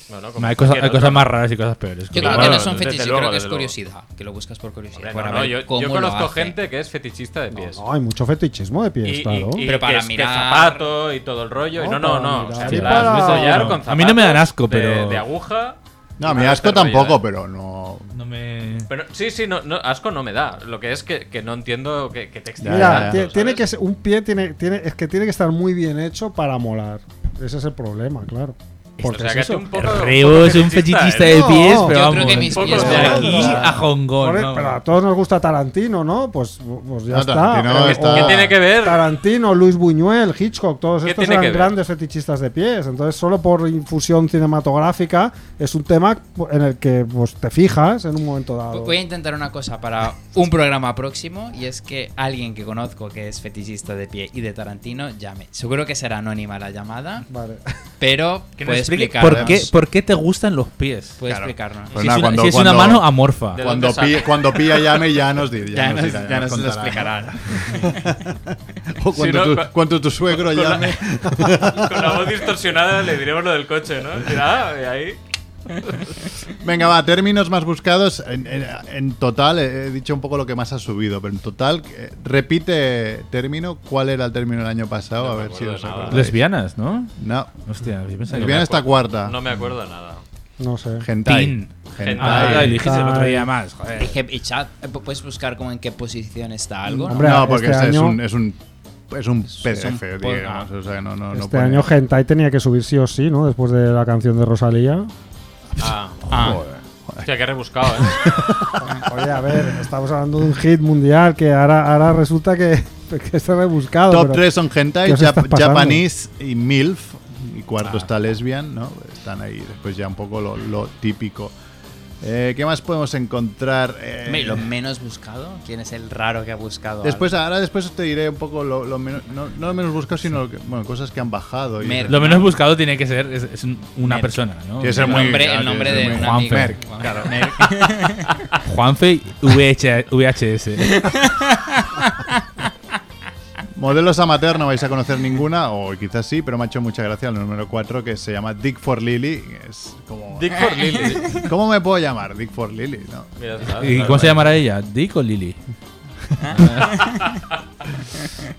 Speaker 4: Bueno, como
Speaker 6: Hay cosas,
Speaker 4: cualquier
Speaker 6: hay
Speaker 4: otro.
Speaker 6: cosas más raras y cosas peores.
Speaker 3: Yo
Speaker 4: Claro,
Speaker 3: creo que no
Speaker 4: claro,
Speaker 3: son
Speaker 4: desde
Speaker 3: fetiches, yo
Speaker 4: luego,
Speaker 3: creo que es
Speaker 4: desde luego.
Speaker 3: curiosidad, que lo buscas por curiosidad.
Speaker 4: Hombre,
Speaker 3: para
Speaker 4: no,
Speaker 3: ver
Speaker 4: yo, yo
Speaker 3: cómo lo
Speaker 4: conozco
Speaker 3: hace.
Speaker 4: gente que es fetichista de pies.
Speaker 5: No, hay mucho fetichismo de pies,
Speaker 4: Y- y-
Speaker 5: claro.
Speaker 4: y
Speaker 3: Pero
Speaker 4: que
Speaker 3: para
Speaker 4: es- que
Speaker 3: mirar-
Speaker 4: zapato y todo el rollo. y
Speaker 5: No,
Speaker 4: No, no,
Speaker 5: para
Speaker 4: no.
Speaker 5: mirar.
Speaker 4: O sea,
Speaker 5: Sí,
Speaker 4: las
Speaker 5: para-
Speaker 4: ves follar
Speaker 6: No,
Speaker 4: con
Speaker 6: a mí no me dan
Speaker 4: zapatos
Speaker 6: asco,
Speaker 4: de-
Speaker 6: pero-
Speaker 4: De aguja.
Speaker 1: No, a mí
Speaker 4: Ah,
Speaker 1: asco
Speaker 4: este rollo,
Speaker 1: tampoco,
Speaker 4: eh.
Speaker 1: pero no.
Speaker 6: No me.
Speaker 4: Pero sí, sí, no, no, asco no me da. Lo que es que, que no entiendo que, que te extienda
Speaker 5: Mira,
Speaker 1: ya,
Speaker 5: ti-
Speaker 4: tanto,
Speaker 5: tiene
Speaker 4: ¿sabes?
Speaker 5: que ser, un pie tiene, tiene, es que tiene que estar muy bien hecho para molar. Ese es el problema, claro.
Speaker 4: O
Speaker 5: Porque
Speaker 4: sea,
Speaker 5: es
Speaker 4: que
Speaker 5: eso.
Speaker 4: tú un poco. un
Speaker 6: Rebo
Speaker 4: poco
Speaker 6: es un fetichista de
Speaker 5: ¿no?
Speaker 6: pies, pero
Speaker 5: Yo
Speaker 3: ¿eh? creo
Speaker 6: vamos.
Speaker 3: que mis
Speaker 4: Un poco
Speaker 6: de
Speaker 4: pies-
Speaker 6: aquí
Speaker 5: Pero-
Speaker 6: a Hongkong.
Speaker 5: Por- e-
Speaker 6: no.
Speaker 5: Pero a todos nos gusta Tarantino, ¿no? Pues, pues ya
Speaker 1: No,
Speaker 5: está.
Speaker 1: Tarantino
Speaker 5: Pero-
Speaker 1: está-
Speaker 4: ¿Qué tiene que ver?
Speaker 5: Tarantino, Luis Buñuel, Hitchcock, todos
Speaker 4: ¿Qué
Speaker 5: estos
Speaker 4: tiene que ver?
Speaker 5: eran grandes fetichistas de pies. Entonces, solo por infusión cinematográfica es un tema en el que pues, te fijas en un momento dado.
Speaker 3: Voy a intentar una cosa para un programa próximo y es que alguien que conozco que es fetichista de pie y de Tarantino llame. Seguro que será anónima la llamada,
Speaker 5: Vale. <laughs>
Speaker 3: pero
Speaker 6: Que nos explique
Speaker 3: puede explicarnos.
Speaker 6: ¿Por qué, por qué te gustan los pies?
Speaker 3: Puede
Speaker 1: Claro.
Speaker 3: explicarnos.
Speaker 1: Pues
Speaker 6: si
Speaker 1: nada,
Speaker 6: es una,
Speaker 1: cuando-
Speaker 6: si es
Speaker 1: cuando-
Speaker 6: una mano amorfa.
Speaker 4: ¿De
Speaker 1: Cuando
Speaker 4: dónde sale?
Speaker 1: pilla, cuando pilla llame ya nos dirá.
Speaker 3: Ya nos,
Speaker 1: dirá,
Speaker 3: ya nos lo
Speaker 1: contará, ¿no?
Speaker 3: explicarán.
Speaker 1: <laughs> O cuando,
Speaker 4: Si no,
Speaker 1: tu,
Speaker 4: cua-
Speaker 1: cuando tu suegro
Speaker 4: con la-
Speaker 1: llame.
Speaker 4: Con la voz distorsionada le diremos lo del coche, ¿no? Dirá, ah, y ahí.
Speaker 1: Venga, va, términos más buscados. En, en- en total, eh, he dicho un poco lo que más ha subido, pero en total, eh, repite término. ¿Cuál era el término del año pasado?
Speaker 4: No
Speaker 1: A
Speaker 4: me
Speaker 1: ver si
Speaker 4: acuerdo
Speaker 1: os
Speaker 4: de nada.
Speaker 1: acordáis.
Speaker 3: pues.
Speaker 6: Lesbianas, ¿no?
Speaker 1: No,
Speaker 6: Hostia, yo pensaba que-
Speaker 1: lesbiana está cuarta.
Speaker 4: No me acuerdo de nada.
Speaker 5: No sé.
Speaker 1: Hentai.
Speaker 6: Tin.
Speaker 1: Hentai.
Speaker 6: Ah,
Speaker 4: Ay,
Speaker 6: dijiste el otro
Speaker 5: ay.
Speaker 6: día más, joder.
Speaker 3: Dije, y chat, eh, pu- puedes buscar como en qué posición está algo. ¿no?
Speaker 5: Hombre,
Speaker 1: no, porque
Speaker 5: este
Speaker 1: este es
Speaker 5: año-
Speaker 1: un. Es un es un
Speaker 3: es un
Speaker 1: PDF,
Speaker 3: porno.
Speaker 1: digamos. O sea, no, no, no
Speaker 5: este
Speaker 1: pone-
Speaker 5: año Hentai tenía que subir sí o sí, ¿no? Después de la canción
Speaker 1: <laughs>
Speaker 5: de Rosalía.
Speaker 4: Ah,
Speaker 3: Ah,
Speaker 4: hostia, que he rebuscado, ¿eh?
Speaker 5: Oye, a ver, estamos hablando de un hit mundial que ahora, ahora resulta que, <laughs> que está rebuscado.
Speaker 1: Top
Speaker 5: pero-
Speaker 1: 3 son hentai,
Speaker 5: ¿Qué os está
Speaker 1: Jap-
Speaker 5: pasando?
Speaker 1: japanese y MILF. Y cuarto está lesbian, ¿no? Están ahí después ya un poco lo, lo típico. Eh, ¿Qué más podemos encontrar? Eh,
Speaker 3: hombre, lo menos buscado. ¿Quién es el raro que ha buscado?
Speaker 1: después, ahora después te diré un poco lo, lo menos, no, no lo menos buscado, sino lo que- bueno, cosas que han bajado. Y
Speaker 3: Mer-
Speaker 6: Lo menos buscado tiene que ser es, es un- una
Speaker 3: Merck.
Speaker 6: persona, ¿no?
Speaker 1: Tiene que ser
Speaker 3: algo?
Speaker 1: muy-
Speaker 3: el nombre,
Speaker 1: ah,
Speaker 3: el nombre
Speaker 1: tiene que
Speaker 3: de
Speaker 1: ser
Speaker 3: un
Speaker 1: muy-
Speaker 3: amigo.
Speaker 1: Merck.
Speaker 3: Juan- Merck.
Speaker 1: <laughs>
Speaker 6: Juanfe VH VHS.
Speaker 1: Modelos amateur no vais a conocer ninguna, o quizás sí, pero me ha hecho mucha gracia el número 4 que se llama Dick for Lily. Es como,
Speaker 4: <laughs>
Speaker 3: <laughs>
Speaker 4: Dick for Lily.
Speaker 1: ¿Cómo me puedo llamar? Dick for Lily, ¿no?
Speaker 4: Mira, ¿sabes?
Speaker 6: ¿Y cómo se llamará ella? ¿Dick o Lily?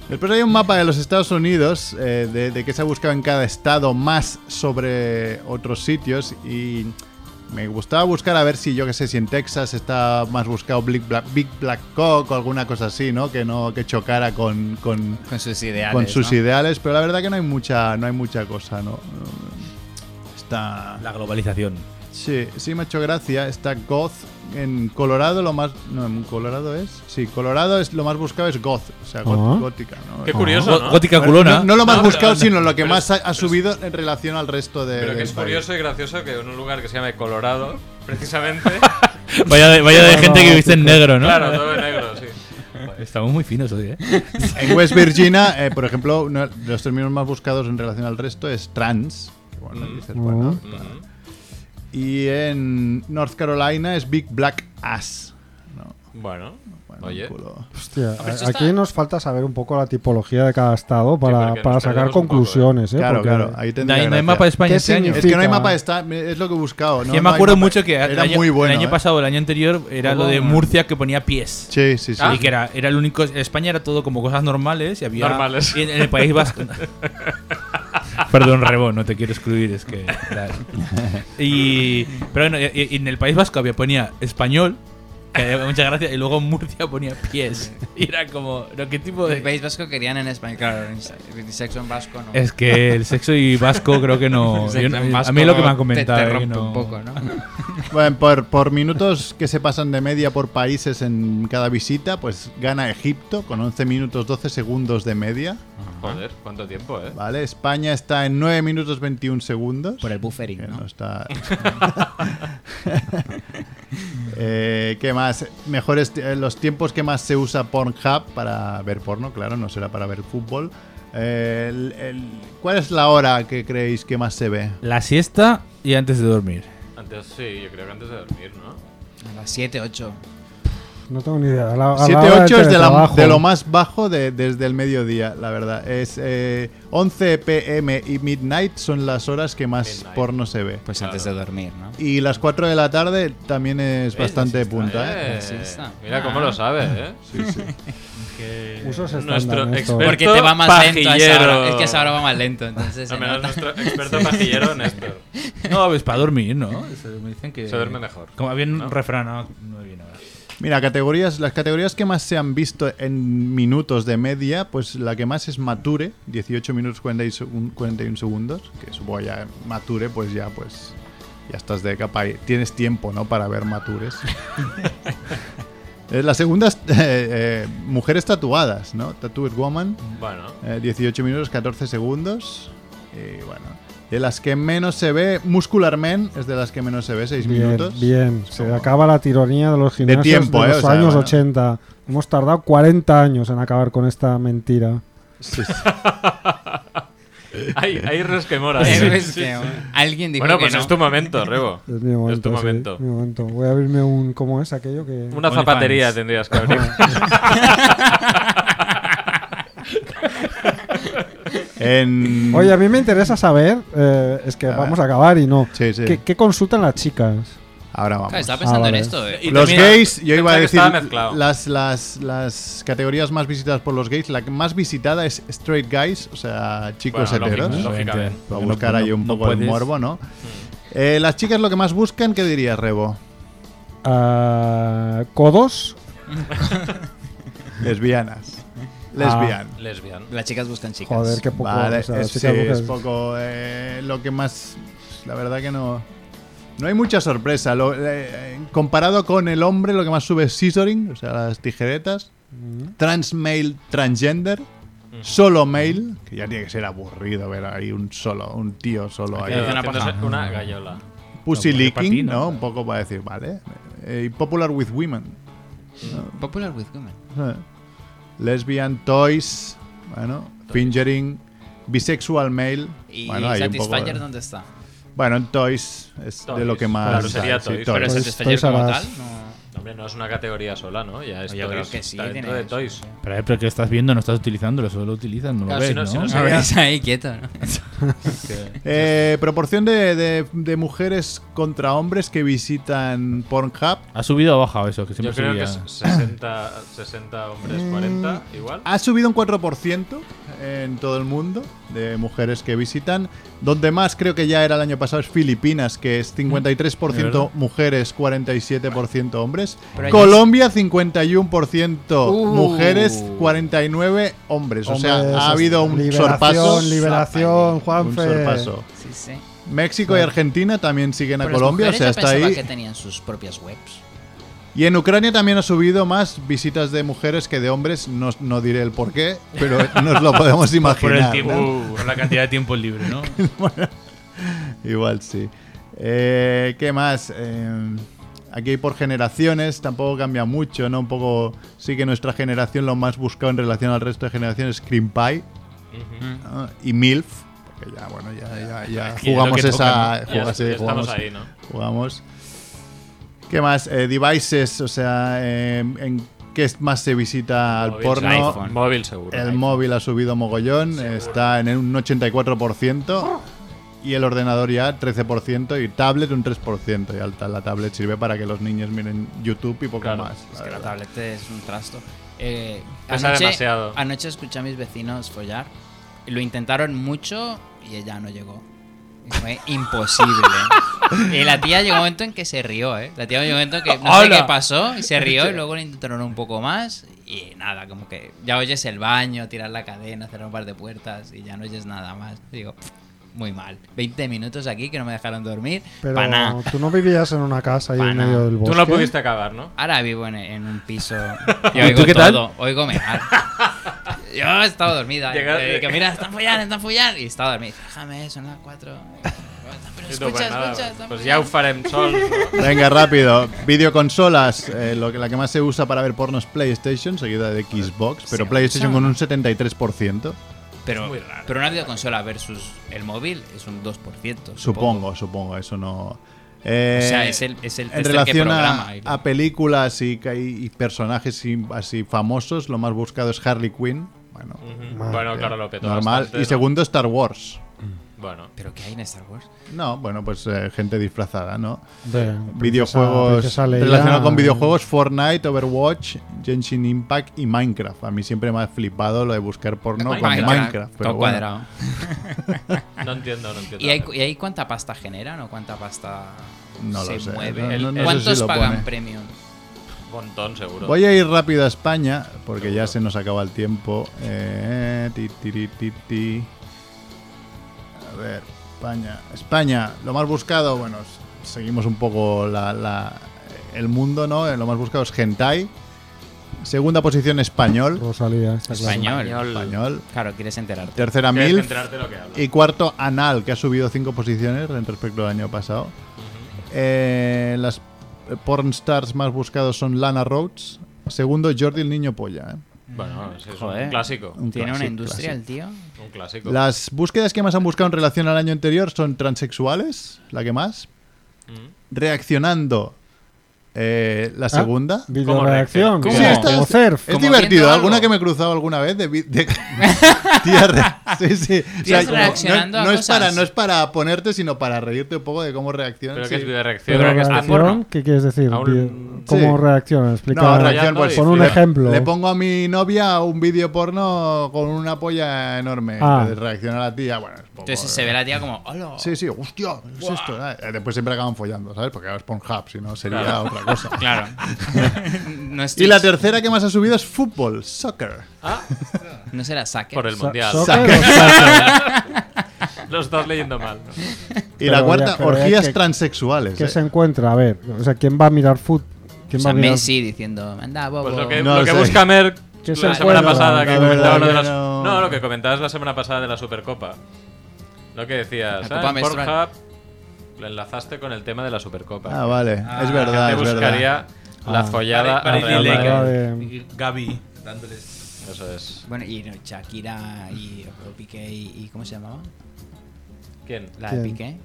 Speaker 1: Después hay un mapa de los Estados Unidos eh, de, de qué se ha buscado en cada estado más sobre otros sitios y me gustaba buscar a ver si yo que sé si en Texas está más buscado Big Black, Big Black Cock o alguna cosa así, ¿no? Que no que chocara con, con,
Speaker 3: Con sus ideales.
Speaker 1: con sus
Speaker 3: ¿no?
Speaker 1: ideales, pero la verdad que no hay mucha no hay mucha cosa, ¿no? Está
Speaker 6: La globalización.
Speaker 1: Sí, sí me ha hecho gracia. Está Goth en Colorado, lo más. No, en Colorado es. Sí, Colorado es lo más buscado es Goth. O sea, got-
Speaker 5: Ah.
Speaker 1: gótica, ¿no?
Speaker 4: Qué curioso,
Speaker 6: Gó-
Speaker 4: ¿no?
Speaker 6: Gótica
Speaker 1: Bueno,
Speaker 6: culona.
Speaker 1: No, no lo más
Speaker 4: No, pero-
Speaker 1: buscado, sino lo que
Speaker 4: pero
Speaker 1: más ha,
Speaker 4: es-
Speaker 1: ha subido en relación al resto de.
Speaker 4: Pero que
Speaker 1: del
Speaker 4: es
Speaker 1: país.
Speaker 4: curioso y gracioso que en un lugar que se llame <laughs> Colorado, precisamente.
Speaker 6: Vaya de, vaya de
Speaker 5: No,
Speaker 6: gente
Speaker 5: no,
Speaker 6: que viste en negro, ¿no?
Speaker 4: Claro, todo de negro, sí.
Speaker 6: Estamos muy finos hoy, ¿eh?
Speaker 1: En West
Speaker 4: <laughs>
Speaker 1: Virginia, eh, por ejemplo, uno de los términos más buscados en relación al resto es trans. que bueno,
Speaker 4: Mm.
Speaker 1: dices, bueno,
Speaker 4: Ujú.
Speaker 1: Y en North Carolina es Big Black Ass. No,
Speaker 4: Bueno,
Speaker 1: bueno,
Speaker 4: oye.
Speaker 1: culo.
Speaker 5: Hostia,
Speaker 3: pero eso
Speaker 5: a- aquí
Speaker 3: está-
Speaker 5: nos falta saber un poco la tipología de cada estado para,
Speaker 4: porque nos
Speaker 5: para sacar
Speaker 4: perdemos un poco,
Speaker 5: conclusiones, ¿eh?
Speaker 1: Claro,
Speaker 5: Porque-
Speaker 1: claro. Ahí
Speaker 6: No
Speaker 1: tendría
Speaker 6: hay, no hay
Speaker 1: gracia.
Speaker 6: mapa de España
Speaker 5: ¿Qué
Speaker 6: este año.
Speaker 5: significa?
Speaker 1: Es que no hay
Speaker 5: Fica.
Speaker 1: mapa, está, es lo que he buscado. No,
Speaker 6: Yo
Speaker 1: no
Speaker 6: me
Speaker 1: hay
Speaker 6: acuerdo
Speaker 1: mapa.
Speaker 6: mucho que el
Speaker 1: era
Speaker 6: año,
Speaker 1: muy bueno.
Speaker 6: el año
Speaker 1: ¿eh?
Speaker 6: pasado, el año anterior, era lo de Murcia que ponía pies.
Speaker 1: Sí, sí, sí.
Speaker 4: Ah.
Speaker 6: Y que era, era el único. España era todo como cosas normales y había.
Speaker 4: Normales.
Speaker 6: y en, en el País
Speaker 4: <laughs>
Speaker 6: Vasco. Perdón, Rebo, no te quiero excluir, es que. claro. Y. Pero bueno, y- y en el País Vasco había, ponía español, que había mucha gracia, y luego en Murcia ponía pies. Y era como. ¿no, ¿Qué tipo
Speaker 3: El
Speaker 6: de.?
Speaker 3: País Vasco querían en español, claro, en se- en sexo en vasco no.
Speaker 6: Es que el sexo y vasco creo que
Speaker 3: <laughs>
Speaker 6: no.
Speaker 3: Sexo
Speaker 6: yo
Speaker 3: en
Speaker 6: no- a
Speaker 3: vasco
Speaker 6: mí lo que me han
Speaker 3: te-
Speaker 6: comentado.
Speaker 3: Te,
Speaker 6: es que
Speaker 3: rompe
Speaker 6: no-
Speaker 3: un poco, ¿no?
Speaker 1: Bueno, por, por minutos que se pasan de media por países en cada visita, pues gana Egipto con 11 minutos 12 segundos de media,
Speaker 4: Joder, cuánto tiempo, ¿eh?
Speaker 1: ¿vale? España está en 9 minutos 21 segundos.
Speaker 3: Por el buffering,
Speaker 1: Que
Speaker 3: ¿no?
Speaker 1: no está... <laughs> Eh, ¿Qué más? Mejores ti- eh, los tiempos que más se usa Pornhub para ver porno, claro, no será para ver fútbol. Eh, el- el- ¿Cuál es la hora que creéis que más se ve?
Speaker 6: La siesta y antes de dormir.
Speaker 4: Antes, sí, yo creo que antes de dormir, ¿no?
Speaker 3: A las 7, 8.
Speaker 5: No tengo ni idea. A la- a la hora
Speaker 1: 7-8
Speaker 5: del
Speaker 1: es de, la-
Speaker 5: teletrabajo.
Speaker 1: de lo más bajo de- desde el mediodía, la verdad. Es eh, 11 pm y midnight son las horas que más
Speaker 4: Midnight.
Speaker 1: porno se ve.
Speaker 3: Pues antes de dormir, ¿no?
Speaker 1: Y las 4 de la tarde también es bastante punta. ¿eh?
Speaker 4: Eh,
Speaker 3: Sí, está.
Speaker 4: mira cómo lo sabe, ¿eh?
Speaker 5: Usos
Speaker 4: Nuestro
Speaker 5: estándar, esto.
Speaker 4: experto-
Speaker 3: Porque te va más lento a esa
Speaker 4: pajillero.
Speaker 3: hora. Es que esa hora va más lento, entonces.
Speaker 4: Al
Speaker 3: se
Speaker 4: menos
Speaker 3: nota. <laughs>
Speaker 4: nuestro experto pajillero Néstor.
Speaker 6: No, es para dormir, ¿no? Se, me dicen que,
Speaker 4: Se duerme mejor.
Speaker 6: Como había un refrán, no, no me viene ahora.
Speaker 1: Mira, categorías, las categorías que más se han visto en minutos de media, pues la que más es Mature, 18 minutos 40 y segun- 41 segundos, que supongo ya Mature, pues ya pues ya estás de capa y tienes tiempo, ¿no? Para ver Matures. Eh, la segunda es eh, eh, Mujeres Tatuadas, ¿no? Tattooed Woman,
Speaker 4: Bueno,
Speaker 1: eh, 18 minutos 14 segundos. Y bueno, de las que menos se ve, Muscular Men es de las que menos se ve, 6
Speaker 5: Bien,
Speaker 1: minutos.
Speaker 5: bien. se
Speaker 1: Como-
Speaker 5: acaba la tiranía de los gimnasios de,
Speaker 1: tiempo, ¿eh?
Speaker 5: los
Speaker 1: O sea,
Speaker 5: años
Speaker 1: bueno.
Speaker 5: 80. Hemos tardado 40 años en acabar con esta mentira.
Speaker 1: Sí, sí.
Speaker 4: hay, hay resquemora.
Speaker 3: Es
Speaker 4: ¿eh?
Speaker 3: que
Speaker 4: Sí, sí.
Speaker 3: Alguien dijo
Speaker 4: Bueno,
Speaker 3: que
Speaker 4: pues
Speaker 3: no.
Speaker 4: es tu momento,
Speaker 1: <laughs>
Speaker 4: Rebo.
Speaker 5: Es mi
Speaker 4: tu
Speaker 5: momento. sí,
Speaker 4: momento.
Speaker 5: mi momento. Voy a abrirme un. ¿Cómo es aquello que.?
Speaker 4: Una
Speaker 6: Only
Speaker 4: zapatería
Speaker 6: fans.
Speaker 4: tendrías
Speaker 1: <laughs>
Speaker 4: que abrir.
Speaker 1: En-
Speaker 5: Oye, a mí me interesa saber. eh, es que
Speaker 1: A ver.
Speaker 5: vamos a acabar y no.
Speaker 1: Sí, sí.
Speaker 5: ¿Qué, qué consultan las chicas?
Speaker 1: Ahora vamos.
Speaker 3: Claro, estaba pensando
Speaker 5: Ah,
Speaker 3: en
Speaker 5: vale.
Speaker 3: esto, eh.
Speaker 4: Y
Speaker 1: los
Speaker 4: también-
Speaker 1: gays, yo iba a
Speaker 4: pensaba que
Speaker 1: decir
Speaker 4: estaba mezclado.
Speaker 1: las, las, las categorías más visitadas por los gays. La que más visitada es straight guys, o sea, chicos
Speaker 4: Bueno,
Speaker 1: heteros.
Speaker 4: lógico, Lógicamente.
Speaker 1: Para buscar ahí un poco
Speaker 6: el
Speaker 1: el morbo,
Speaker 4: Mm.
Speaker 1: ¿no? Eh, las chicas lo que más buscan, ¿qué dirías, Rebo?
Speaker 5: Ah, ¿Codos?
Speaker 1: Lesbianas. Lesbian.
Speaker 4: Lesbian.
Speaker 3: Las chicas buscan chicas.
Speaker 5: Joder, qué poco.
Speaker 1: vale,
Speaker 5: o sea,
Speaker 1: es,
Speaker 5: chicas
Speaker 1: sí, es
Speaker 5: mujeres.
Speaker 1: poco eh, lo que más... La verdad que no... No hay mucha sorpresa. Lo- eh, comparado con el hombre, lo que más sube es scissoring, o sea, las tijeretas. Trans male, transgender. Solo male, que ya tiene que ser aburrido ver ahí un solo, un tío solo ahí.
Speaker 3: Haciendo una
Speaker 4: Haciéndose
Speaker 3: paja.
Speaker 4: una gallola.
Speaker 1: Pussy
Speaker 6: no, porque
Speaker 1: licking,
Speaker 6: patino,
Speaker 1: ¿no?
Speaker 6: claro.
Speaker 1: Un poco para decir, vale. Eh, y popular with women.
Speaker 3: Popular with women.
Speaker 1: Eh. Lesbian toys, bueno, fingering, bisexual male.
Speaker 3: ¿Y
Speaker 1: bueno, hay un poco
Speaker 3: Satisfyer
Speaker 1: de-
Speaker 3: dónde está?
Speaker 1: Bueno, en toys es de
Speaker 4: Toys,
Speaker 1: lo que más.
Speaker 4: claro, sería
Speaker 1: sí,
Speaker 4: toys.
Speaker 3: Pero
Speaker 5: Pues
Speaker 3: Satisfyer
Speaker 5: estoy
Speaker 3: como
Speaker 5: a las-
Speaker 3: tal, no.
Speaker 4: Hombre, no es una categoría sola, ¿no? Ya es
Speaker 3: Pues yo creo
Speaker 4: Toys.
Speaker 3: que sí.
Speaker 4: Está dentro
Speaker 3: tiene- <laughs>
Speaker 4: de Toys.
Speaker 6: Pero, a ver, pero que estás viendo, no estás utilizándolo, solo lo utilizas, no lo
Speaker 4: Claro,
Speaker 6: ves,
Speaker 4: si no-
Speaker 6: ¿no?
Speaker 4: si no se-
Speaker 3: No veas ahí quieto, ¿no?
Speaker 1: Eh, proporción de, de- de mujeres contra hombres que visitan Pornhub
Speaker 6: ¿Ha subido o ha bajado eso? Que
Speaker 4: Yo
Speaker 6: siempre
Speaker 4: creo que
Speaker 6: subía.
Speaker 4: es 60, 60 hombres, 40 igual.
Speaker 1: ha subido un 4% en todo el mundo de mujeres que visitan. Donde más creo que ya era el año pasado es Filipinas, que es 53% mujeres, 47% hombres.
Speaker 3: Pero allá
Speaker 1: Colombia, 51%
Speaker 3: Uh.
Speaker 1: mujeres, 49 hombres. O sea,
Speaker 5: Hombre,
Speaker 1: ha
Speaker 5: eso
Speaker 1: habido
Speaker 5: es-
Speaker 1: un
Speaker 5: liberación,
Speaker 1: sorpaso.
Speaker 5: Liberación,
Speaker 1: Un
Speaker 5: Juanfe.
Speaker 1: sorpaso.
Speaker 3: Sí, sí.
Speaker 1: México y Argentina también siguen a
Speaker 3: Pero las
Speaker 1: Colombia, o
Speaker 3: mujeres
Speaker 1: sea,
Speaker 3: yo
Speaker 1: está
Speaker 3: pensaba
Speaker 1: ahí.
Speaker 3: que tenían sus propias webs.
Speaker 1: Y en Ucrania también ha subido más visitas de mujeres que de hombres. No, no diré el por qué,
Speaker 6: <laughs>
Speaker 1: pero nos lo podemos
Speaker 6: Por el
Speaker 1: imaginar.
Speaker 6: tiempo,
Speaker 1: ¿no?
Speaker 6: por la cantidad de tiempo libre, ¿no?
Speaker 1: Igual sí. Eh, ¿Qué más? Eh, aquí hay por generaciones, tampoco cambia mucho, ¿no? Un poco. Sí que nuestra generación lo más buscado en relación al resto de generaciones es Cream Pie ¿no? y MILF. Porque ya, bueno, ya, ya, ya
Speaker 6: que
Speaker 1: <laughs> jugamos
Speaker 6: es lo que
Speaker 1: esa.
Speaker 4: Ya
Speaker 1: jugamos-
Speaker 4: est-
Speaker 1: sí,
Speaker 4: ya
Speaker 1: jugamos-
Speaker 4: estamos ahí, ¿no?
Speaker 1: Jugamos. ¿Qué más? Eh, devices, o sea, eh, ¿en qué más se visita al
Speaker 4: Móvil,
Speaker 1: porno?
Speaker 4: seguro. Móvil seguro.
Speaker 1: El móvil ha subido mogollón, está en un 84%. Y el ordenador ya 13% y tablet un 3%. Y alta la tablet sirve para que los niños miren YouTube y poco
Speaker 4: Claro,
Speaker 1: más.
Speaker 3: Es que la tablet es un trasto. Eh,
Speaker 4: Pesa demasiado.
Speaker 3: anoche escuché a mis vecinos follar. Lo intentaron mucho y ella no llegó. Y
Speaker 4: <laughs>
Speaker 3: Fue imposible. Y la tía llegó un momento en que se rió, ¿eh? La tía llegó un momento en que no sé
Speaker 6: ¡Hola!
Speaker 3: qué pasó y se
Speaker 4: <laughs>
Speaker 3: rió y luego lo intentaron un poco más y nada, como que ya oyes el baño, tirar la cadena, cerrar un par de puertas y ya no oyes nada más. Y digo, "Pff, muy mal. 20 minutos aquí que no me dejaron dormir.
Speaker 5: Pero
Speaker 3: pa' nada.
Speaker 5: tú no vivías en una casa ahí en
Speaker 3: Pana.
Speaker 5: medio del
Speaker 4: Tú
Speaker 5: bosque.
Speaker 4: no pudiste acabar, ¿no?
Speaker 3: Ahora vivo en, en un piso.
Speaker 6: ¿Y
Speaker 3: Y oigo
Speaker 6: tú qué tal?
Speaker 3: todo, Oigo mear. Yo he estado dormida. eh,
Speaker 4: Llegar-
Speaker 3: eh, que mira, están follando, están follando. Y he estado dormida. Déjame, son las cuatro. Pero
Speaker 4: Sí, tú, pues
Speaker 3: escucha,
Speaker 4: nada,
Speaker 3: escucha.
Speaker 4: pues-
Speaker 3: están
Speaker 4: Pues ya
Speaker 3: follando.
Speaker 4: ufarem sol.
Speaker 3: <laughs>
Speaker 4: ¿no?
Speaker 1: Venga, rápido. Videoconsolas. eh, lo que, la que más se usa para ver porno es PlayStation, seguida de Xbox. Pero
Speaker 3: Sí,
Speaker 1: PlayStation
Speaker 3: sí.
Speaker 1: con un 73%.
Speaker 3: Pero, pero una videoconsola versus el móvil es un 2%.
Speaker 1: Supongo, supongo. Eso no.
Speaker 3: O
Speaker 1: Eh,
Speaker 3: sea, es el, es el
Speaker 1: en
Speaker 3: tester que
Speaker 1: relación a,
Speaker 3: programa. y-
Speaker 1: a películas y, ca- y personajes y- así famosos, lo más buscado es Harley Quinn. Bueno,
Speaker 4: Ujú. Bueno, claro, lo petó
Speaker 1: normal.
Speaker 4: Mm, bastante,
Speaker 1: y
Speaker 4: ¿no?
Speaker 1: segundo, Star Wars.
Speaker 4: Bueno,
Speaker 3: ¿Pero qué hay en Star Wars?
Speaker 1: No, bueno, pues eh, gente disfrazada, ¿no?
Speaker 5: De
Speaker 1: videojuegos
Speaker 5: princesa Leia.
Speaker 1: relacionado con videojuegos, Fortnite, Overwatch, Genshin Impact y Minecraft. A mí siempre me ha flipado lo de buscar porno con Minecraft. pero
Speaker 3: todo
Speaker 1: bueno.
Speaker 3: cuadrado.
Speaker 4: no entiendo, no entiendo.
Speaker 3: ¿Y ahí, ¿Y ahí cuánta pasta generan o cuánta pasta
Speaker 1: No
Speaker 3: se
Speaker 1: lo sé,
Speaker 3: mueve?
Speaker 1: no- no- no sé
Speaker 3: ¿Cuántos
Speaker 1: si lo
Speaker 3: pagan
Speaker 1: pone.
Speaker 3: premium?
Speaker 4: Un montón, seguro.
Speaker 1: Voy a ir rápido a España porque ya se nos acaba el tiempo. Eh, ti, ti, ti, ti, ti. A ver, España. España, lo más buscado, bueno, s- seguimos un poco la- la- el mundo, ¿no? Eh, Lo más buscado es Gentai. Segunda posición, español.
Speaker 5: Rosalía, Pues está claro.
Speaker 3: Español.
Speaker 1: Español.
Speaker 3: Claro, quieres enterarte.
Speaker 1: Tercera,
Speaker 4: Tienes que
Speaker 1: Milf.
Speaker 4: enterarte de lo que habla.
Speaker 1: Y cuarto, Anal, que ha subido cinco posiciones en respecto al año pasado. Eh, las pornstars más buscados son Lana Rhodes. Segundo, Jordi el Niño Polla. ¿eh?
Speaker 4: Bueno, sí, es
Speaker 3: Joder.
Speaker 4: un clásico.
Speaker 1: Un
Speaker 3: Tiene una
Speaker 1: clásico,
Speaker 3: industria
Speaker 1: clásico.
Speaker 3: el tío.
Speaker 4: Un clásico.
Speaker 1: Las búsquedas que más han buscado en relación al año anterior son transexuales, la que más.
Speaker 4: Mm.
Speaker 1: Reaccionando, eh, la segunda.
Speaker 5: Videoreacción.
Speaker 3: ¿Cómo?
Speaker 1: Sí, esta
Speaker 5: Como
Speaker 1: es-
Speaker 5: CERF.
Speaker 1: Es
Speaker 3: Como
Speaker 1: divertido,
Speaker 3: viendo
Speaker 1: alguna
Speaker 3: algo.
Speaker 1: que me he cruzado alguna vez de, vi-
Speaker 3: <laughs>
Speaker 1: de- <laughs> Tía, re- sí, sí. O
Speaker 3: Tías
Speaker 1: como-
Speaker 3: reaccionando
Speaker 1: no,
Speaker 3: a
Speaker 1: no es
Speaker 3: cosas.
Speaker 1: para, no es para ponerte, sino para reírte un poco de cómo reaccionas.
Speaker 4: Pero
Speaker 1: sí.
Speaker 4: que es videoreacción.
Speaker 5: Pero
Speaker 4: está
Speaker 5: reacción, ¿Qué quieres decir?
Speaker 4: A un-
Speaker 5: Video-
Speaker 4: Sí.
Speaker 5: ¿Cómo reacciona? Explica.
Speaker 1: No,
Speaker 4: reacción,
Speaker 1: pues,
Speaker 4: Con
Speaker 5: un
Speaker 1: le-
Speaker 5: ejemplo.
Speaker 1: Le pongo a mi novia un vídeo porno con una polla enorme.
Speaker 5: Ah.
Speaker 1: Entonces reacciona la tía. Bueno, es poco-
Speaker 3: Entonces se ve la tía como, hola.
Speaker 1: Sí, sí, hostia, ¿qué es esto? Ah, Después siempre acaban follando, ¿sabes? Porque ahora es Pornhub, si no sería
Speaker 4: Claro.
Speaker 1: otra
Speaker 4: <laughs>
Speaker 1: cosa. <laughs>
Speaker 3: Claro. no, es
Speaker 1: Y la
Speaker 3: Twitch.
Speaker 1: tercera que más ha subido es fútbol, soccer.
Speaker 3: no será saque.
Speaker 4: Por el
Speaker 5: Sa-
Speaker 4: mundial. <laughs>
Speaker 5: soccer
Speaker 1: Saca.
Speaker 5: o soccer?
Speaker 4: Lo estás
Speaker 1: <laughs>
Speaker 4: leyendo mal. Pues
Speaker 1: Y
Speaker 5: Pero
Speaker 1: la
Speaker 5: ya,
Speaker 1: cuarta,
Speaker 5: pero ya
Speaker 1: orgías
Speaker 5: que-
Speaker 1: transexuales.
Speaker 5: ¿Qué
Speaker 1: ¿eh?
Speaker 5: se encuentra? A ver, o sea, ¿quién va a mirar foot?
Speaker 3: O
Speaker 5: ¿Quién va
Speaker 3: sea,
Speaker 5: a mirar?
Speaker 3: Messi diciendo, anda, bobo.
Speaker 4: Pues lo que,
Speaker 1: No
Speaker 4: lo que
Speaker 1: sé.
Speaker 4: busca Mer
Speaker 5: ¿Qué se
Speaker 4: la semana
Speaker 5: encuentra?
Speaker 4: pasada
Speaker 1: La
Speaker 4: que
Speaker 1: verdad
Speaker 4: comentaba lo de
Speaker 1: que
Speaker 4: las-
Speaker 1: no.
Speaker 4: no. lo que comentabas la semana pasada de la Supercopa. Lo que decías,
Speaker 3: La
Speaker 4: ¿sabes?
Speaker 3: copa menstrual.
Speaker 4: Pornhub lo enlazaste con el tema de la Supercopa.
Speaker 1: Ah, vale, es
Speaker 4: Te
Speaker 1: verdad, Ah. es verdad.
Speaker 4: buscaría la follada
Speaker 6: Pare-
Speaker 4: a Real
Speaker 6: Parece
Speaker 5: Madrid.
Speaker 4: Madrid.
Speaker 6: Laker. Y Gaby dándoles.
Speaker 4: Eso es.
Speaker 3: Bueno, y Shakira y Piqué y, y- ¿cómo se llamaba?
Speaker 4: ¿Quién?
Speaker 3: La
Speaker 5: ¿Quién?
Speaker 3: de Piqué.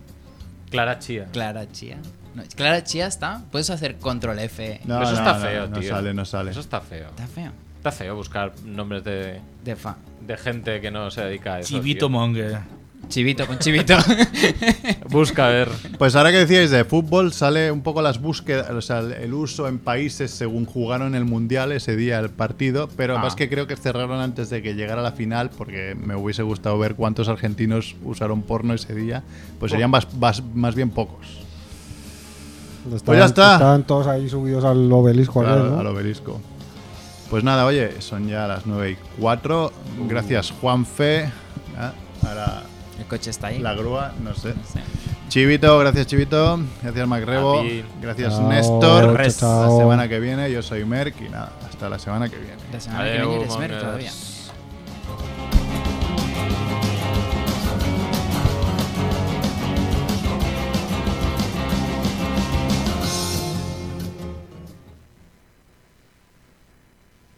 Speaker 4: Clara Chía.
Speaker 3: Clara Chía. No, Clara Chía está. Puedes hacer control F.
Speaker 1: No,
Speaker 4: eso
Speaker 1: no,
Speaker 4: está
Speaker 1: no,
Speaker 4: feo,
Speaker 1: no
Speaker 4: tío.
Speaker 1: sale, no sale.
Speaker 4: Eso está feo.
Speaker 3: Está feo.
Speaker 4: Está feo buscar nombres de,
Speaker 3: De fa.
Speaker 4: de gente que no se dedica a eso.
Speaker 6: Chivito
Speaker 4: tío.
Speaker 6: Monger.
Speaker 3: Chivito con
Speaker 1: <laughs>
Speaker 3: chivito.
Speaker 4: Busca
Speaker 3: <laughs>
Speaker 4: a ver.
Speaker 1: Pues ahora que decíais de fútbol, sale un poco las búsquedas, o sea, el- el uso en países según jugaron el mundial ese día el partido, pero
Speaker 4: Ah.
Speaker 1: más que creo que cerraron antes de que llegara la final, porque me hubiese gustado ver cuántos argentinos usaron porno ese día, pues serían más, más- más bien pocos.
Speaker 5: Estaban-
Speaker 1: Pues ya está.
Speaker 5: Estaban todos ahí subidos al obelisco.
Speaker 1: Claro,
Speaker 5: aquel, ¿no?
Speaker 1: al obelisco. Pues nada, oye, son ya las 9 y 4. Gracias, Juanfe. Ah, Ahora
Speaker 3: El coche está ahí.
Speaker 1: la grúa, no sé.
Speaker 3: Sí.
Speaker 1: Chivito, gracias Chivito, gracias Macrebo,
Speaker 4: A ti.
Speaker 1: gracias
Speaker 5: Chao,
Speaker 1: Néstor.
Speaker 5: chao,
Speaker 1: La
Speaker 5: chao.
Speaker 1: semana que viene, yo soy Merck y nada, hasta la semana que viene.
Speaker 3: La semana que viene
Speaker 4: Adeu,
Speaker 3: eres Mer
Speaker 4: Mongas.
Speaker 3: todavía.